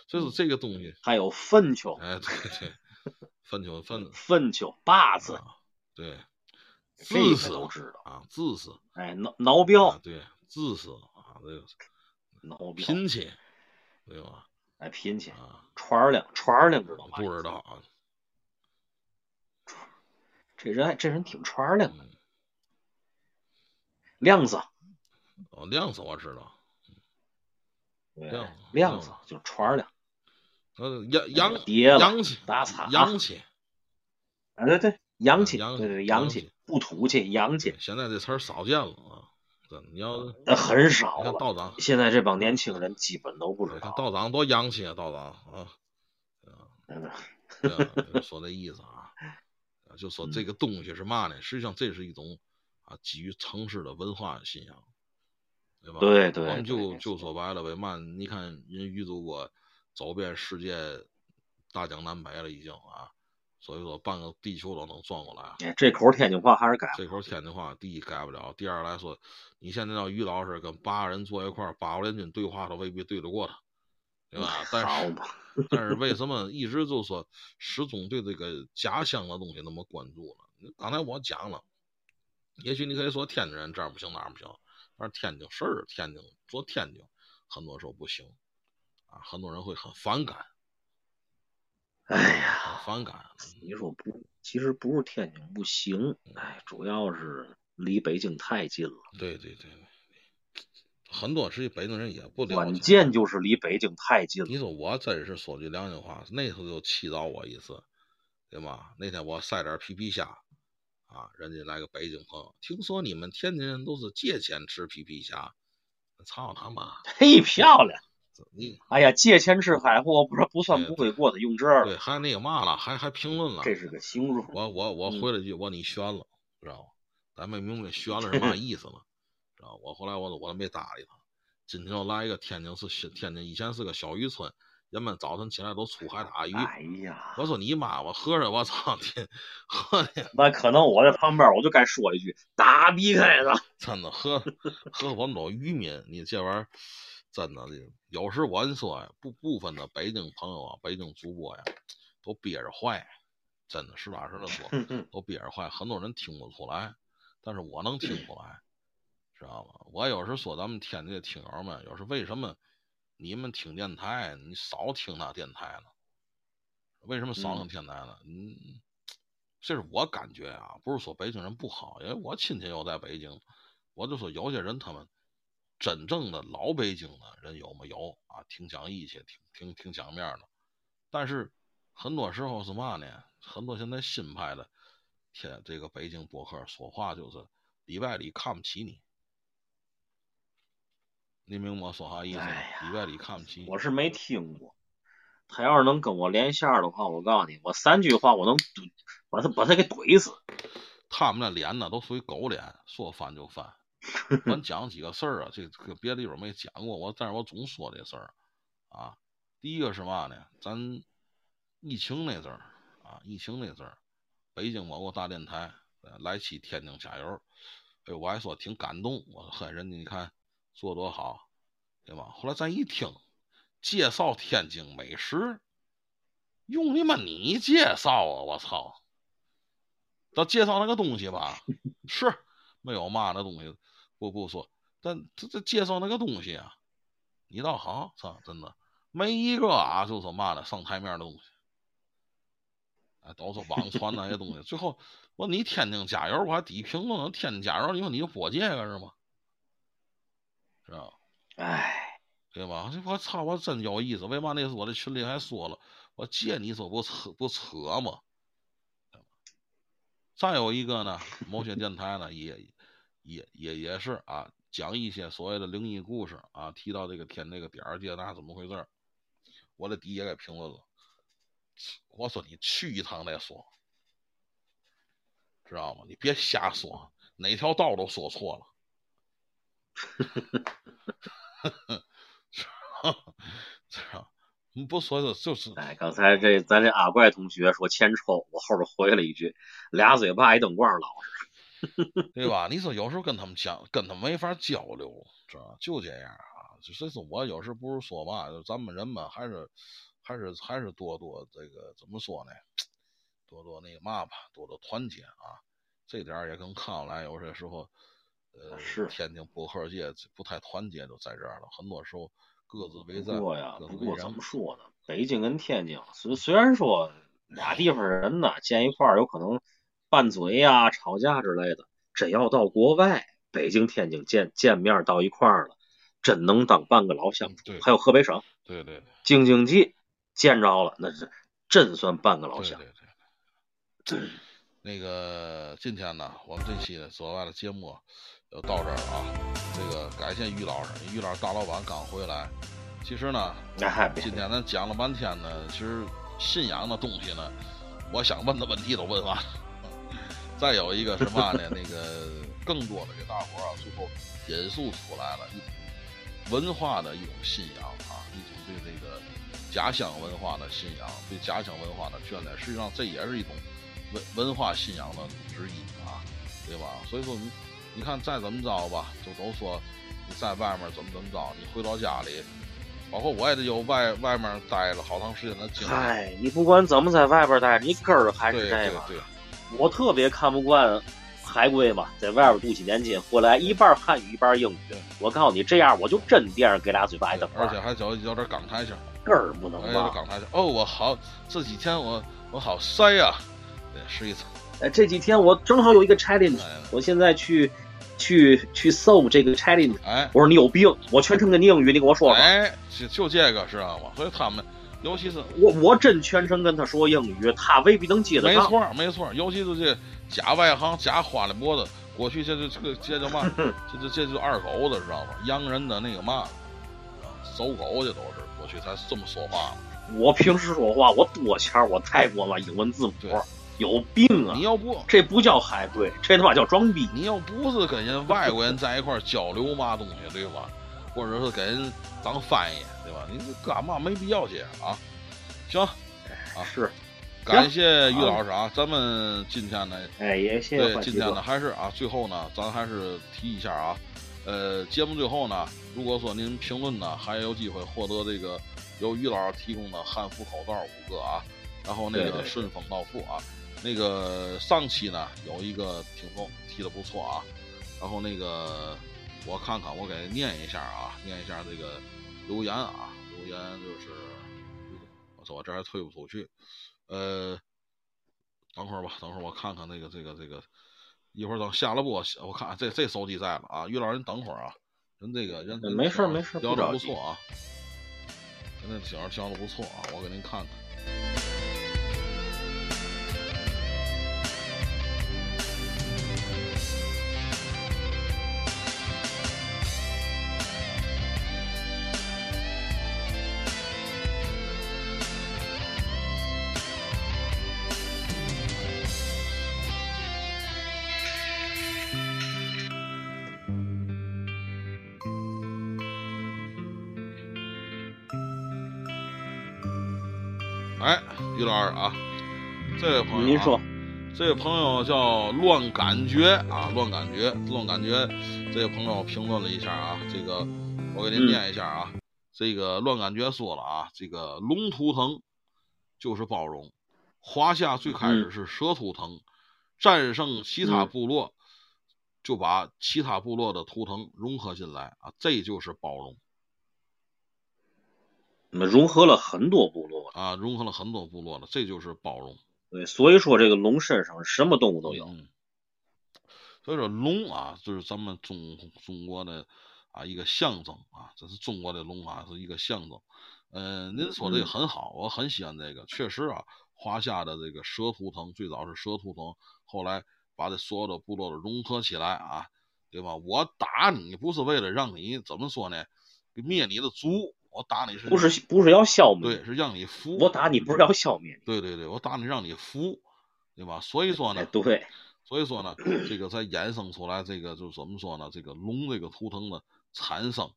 就是
嗯
这个东西，
还有粪球、
哎，对对，分球分
粪球、把子，
啊，对，
这
自
个
私
都知道。
啊，自私
哎，挠挠
啊
标，，
对，自私啊，这个
挠标，
拼亲，对吧？
哎，拼去，
啊，
传儿亮，传儿亮知道吗？
不知道。啊，
这人还这人挺传儿亮的，
嗯，
亮子，
哦，亮子我知道。亮嗯子
亮
亮子
子就传儿亮，
呃，洋洋
哎叠了
洋气，
打岔
洋气，
啊，对对，洋
嗯
气，
洋
对
气
对
洋
洋
气
气，不土气，洋气
对，现在这词儿少见了啊。真的你要你
呃很少
看
了。
道长，
现在这帮年轻人基本都不
你
知
看
道，
道长多洋气啊，道长啊，
嗯
对啊说那意思啊，啊就说这
嗯
个东西是嘛呢？实际上这是一种啊，基于城市的文化信仰，对吧？
对对，
我们
对
就
没
就
错
说白了，为嘛？你看人余祖国走遍世界大江南北了，已经啊，所以说半个地球都能转过来啊。
哎，这口天津话还是改
这口天津话，第一改不了，第二来说，你现在让于老师跟八个人坐一块儿，八国联军对话都未必对得过他，对吧？但
好
是
嘛，
但是为什么一直就说始终对这个家乡的东西那么关注呢？刚才我讲了，也许你可以说天津人这儿不行那儿不行，但是天津事儿，天津做天津很多时候不行啊，很多人会很反感，
哎呀，
很反感。
你说不，其实不是天津不行，
嗯
哎，主要是离北京太近了，
对对对，很多实际北京人也不了
关
解。
键就是离北京太近了。
你说我真是说句良心话，那时候就气到我一次，对吗？那天我晒点皮皮虾，啊，人家来个北京朋友，听说你们天津人都是借钱吃皮皮虾，操他妈！
嘿，漂亮！
你
哎呀，借钱吃海货，不是不算不会过的，用这儿了，
对，还那个嘛了，还还评论了，
这是个形容。
我我我
嗯
回了一句，我说你悬了，知道吗？咱没明白悬了是 嘛意思了，知道吗？我后来我都我都没搭理他。今天又来一个天津市新天津以前是个小渔村，人们早晨起来都粗海打鱼。
哎呀，
我说你妈，我合着我操天，合着
那可能我在旁边我就该说一句打
嗯
逼开的。
真的合合我们都渔民，你这玩意儿真的，有时我跟你说呀，部部分的北京朋友啊，北京主播呀，都憋着坏，真的实打实的说，
哼哼，
都憋着坏，很多人听不出来，但是我能听出来，知道吗？我有时说咱们天津的听友们，有时为什么你们听电台，你少听那电台呢？为什么少听电台呢？嗯，这是我感觉啊，不是说北京人不好，因为我亲戚又在北京，我就说有些人他们真正的老北京的人有没有啊？挺讲义气，挺挺挺讲面儿的，但是很多时候是嘛呢？很多现在新派的天这个北京博客说话就是里外里看不起你，你明白我说啥意思吗？
哎呀
里外里看不起你
我是没听过。他要是能跟我连线儿的话，我告诉你，我三句话我能怼把他把他给怼死。
他们那脸呢，都属于狗脸，说翻就翻。我讲几个事儿啊，这个别的地方没讲过，我但是我总说这事儿啊。第一个是嘛呢？咱疫情那阵儿啊，疫情那阵儿，北京某个大电台呃来期天津加油，哎，我还说挺感动，我说嘿，人家你看做多好，对吧？后来咱一听，介绍天津美食，用你妈你介绍啊！我操！他介绍那个东西吧，是没有嘛那东西不不说，但这这介绍那个东西啊，你倒好，操，真的没一个啊，就是嘛的上台面的东西，哎，都是网传那些东西。最后我说你天津加油，我还底评论了天津加油，你说你就播这个是吗？是吧？
哎，
对吧？这我操，我真有意思。为嘛那次我这群里还说了，我借你说不扯不扯吗？再有一个呢，某些电台呢也也也也是啊，讲一些所谓的灵异故事啊，提到这个天这个点儿，这那怎么回事儿？我的底也给评论了，我说你去一趟再说，知道吗？你别瞎说，哪条道都说错了。 知道吗， 你不说的就是
哎，刚才这咱这阿怪同学说欠抽，我后边回了一句，俩嘴巴一灯光老实。
对吧？你说有时候跟他们讲，跟他们没法交流，知道吧就这样啊。就所以说我有时候不是说嘛，就咱们人嘛，还是还是还是多多这个怎么说呢？多多那个嘛吧，多多团结啊。这点儿也跟看来有些时候，呃，
啊是
天津博客界不太团结，就在这儿了。很多时候各自为
不
战，
过呀，
各
不
自
过
为
怎
战
么。说呢？北京跟天津虽虽然说俩地方人呢见一块儿有可能拌嘴呀、吵架之类的，真要到国外，北京、天津见见面儿到一块儿了，真能当半个老乡。
嗯对
还有河北省
对对对
京津冀见着了，那是真算半个老
对
乡
对。对。那个今天呢，我们这期的所外的节目就到这儿了啊。这个感谢于老师，于老师大老板刚回来。其实呢，
哎，别
今天咱讲了半天呢，其实信仰的东西呢，我想问的问题都问完了。再有一个是嘛呢？那个更多的给大伙儿啊，最后引述出来了一种文化的一种信仰啊，一种对这个家乡文化的信仰，对家乡文化的眷恋。实际上，这也是一种文文化信仰的之一啊，对吧？所以说你，你看再怎么着吧，就都说你在外面怎么怎么着，你回到家里，包括我也得有外外面待了好长时间的经历。
嗨，你不管怎么在外边待着，你根儿还
对
是
对
这个。
对，
我特别看不惯海归嘛，在外边镀几年金，回来一半汉语一半英语
对。
我告诉你，这样我就真惦着给俩嘴巴一
对
等
而且还有有点港台腔。
根儿不能
哎，
忘。
港台去。哦，我好这几天我我好塞呀、对，是一层。
哎，这几天我正好有一个 challenge，
哎
我现在去去去搜这个 challenge。
哎
我说你有病，我全程跟你英语，你给我说吧。
哎，就就这个知道吗？所以他们，尤其是
我我真全程跟他说英语，他未必能接得
没
上。
错儿没错儿，尤其是这假外行、假花里脖子，过去这就这个这就 嘛，这就这就二狗子知道吗？洋人的那个嘛，走狗去都是过去才这么说话。
我平时说话我多腔儿，我太过了英文字母
对，
有病啊
你！要不
这不叫海归，这他妈叫装逼。
你要不是 跟人外国人在一块儿交流嘛东西，对吧？或者是给人当翻译，对对吧？你这干嘛没必要去啊？行，啊
是，
感谢于老师啊，咱们今天呢，
哎，也谢谢
对
欢
今
喜
天
哥
呢，还是啊，最后呢，咱还是提一下啊，呃，节目最后呢，如果说您评论呢，还有机会获得这个由于老师提供的汉服口罩五个啊，然后那
对对
个
对
顺丰到付啊，那个上期呢有一个听众提的不错啊，然后那个我看看，我给念一下啊，念一下这个留言啊，留言就是，我操，我这还退不出去，呃，等会儿吧，等会儿我看看那个这个这个，一会儿等下了播，我看啊这这手机在了啊，于老师你等会儿啊，人这个人
嗯没事儿没事儿
聊
不
的
着
不
急
错啊，人这小孩教的不错啊，我给您看看。哎，于老师啊，这位朋友、啊，
您说，
这位朋友叫乱感觉啊，乱感觉，乱感觉，这位朋友评论了一下啊，这个我给您
嗯
念一下啊，这个乱感觉说了啊，这个龙图腾就是包容，华夏最开始是蛇图腾，战胜其他
嗯
部落，就把其他部落的图腾融合进来啊，这就是包容。
我们融合了很多部落，
啊，融合了很多部落了，这就是包容。
对，所以说这个龙身上什么动物都有，
嗯。所以说龙啊，就是咱们中中国的啊一个象征啊，这是中国的龙啊是一个象征。呃，您说这个
嗯
很好，我很喜欢这个。确实啊，华夏的这个蛇图腾最早是蛇图腾，后来把这所有的部落都融合起来啊，对吧？我打你不是为了让你怎么说呢，灭你的族，我打你是
不是不是要消
嗯对，
灭，
是让你服。
我打你不是要消灭你，
对对对，我打你让你服，对吧？所以说
哎，
呢，
对，
所以说呢，这个才衍生出来这个就是怎么说呢？这个龙这个图腾的产生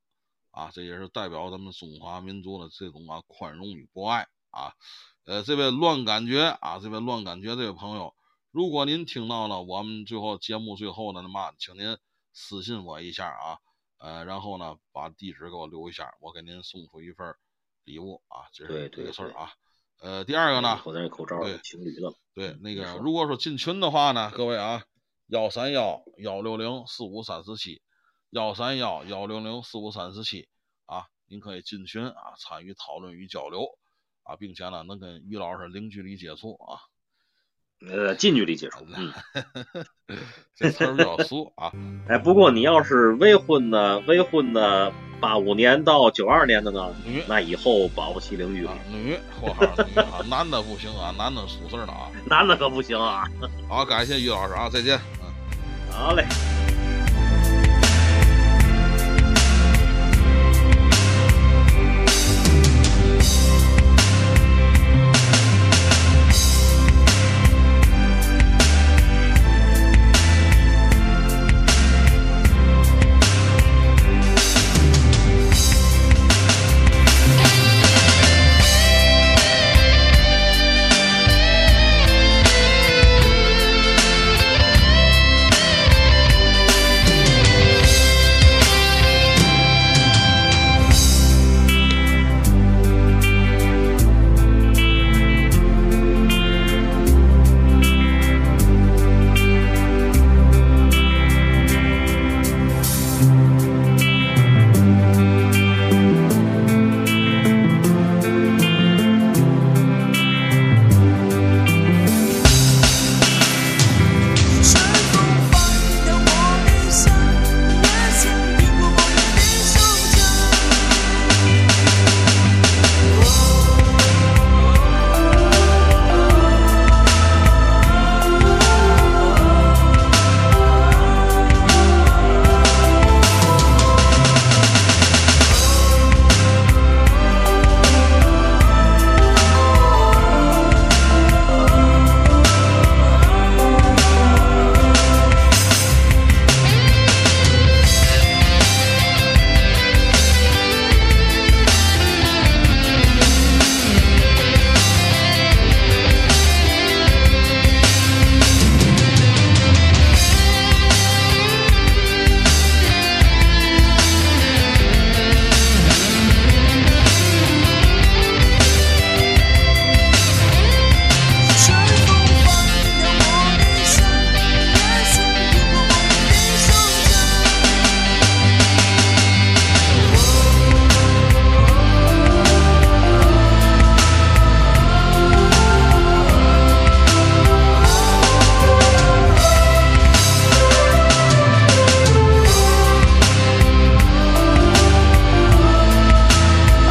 啊，这也是代表咱们中华民族的这种啊宽容与博爱啊。呃，这位乱感觉啊，这位乱感觉这位朋友，如果您听到了我们最后节目最后的那嘛，请您私信我一下啊，呃，然后呢把地址给我留一下，我给您送出一份儿礼物啊，这
对
是这
对
个事儿
对
啊。呃，第二个呢，
口袋口罩
对
情侣的了，
对，那
你
个
说
如果说进群的话呢，各位啊，幺三幺幺六零四五三四七，幺三幺幺六零四五三四七啊，您可以进群啊，参与讨论与交流啊，并且呢，能跟于老师零距离接触啊，
呃，近距离接触，嗯。
这词儿比较俗啊。
哎，不过你要是未婚的，未婚的八五年到九二年的呢，
女
那以后保不齐零距离
啊，，女括号女啊，男的不行啊，男的属事儿的啊。
男的可不行啊。
好，感谢于老师啊，再见。嗯。
好嘞，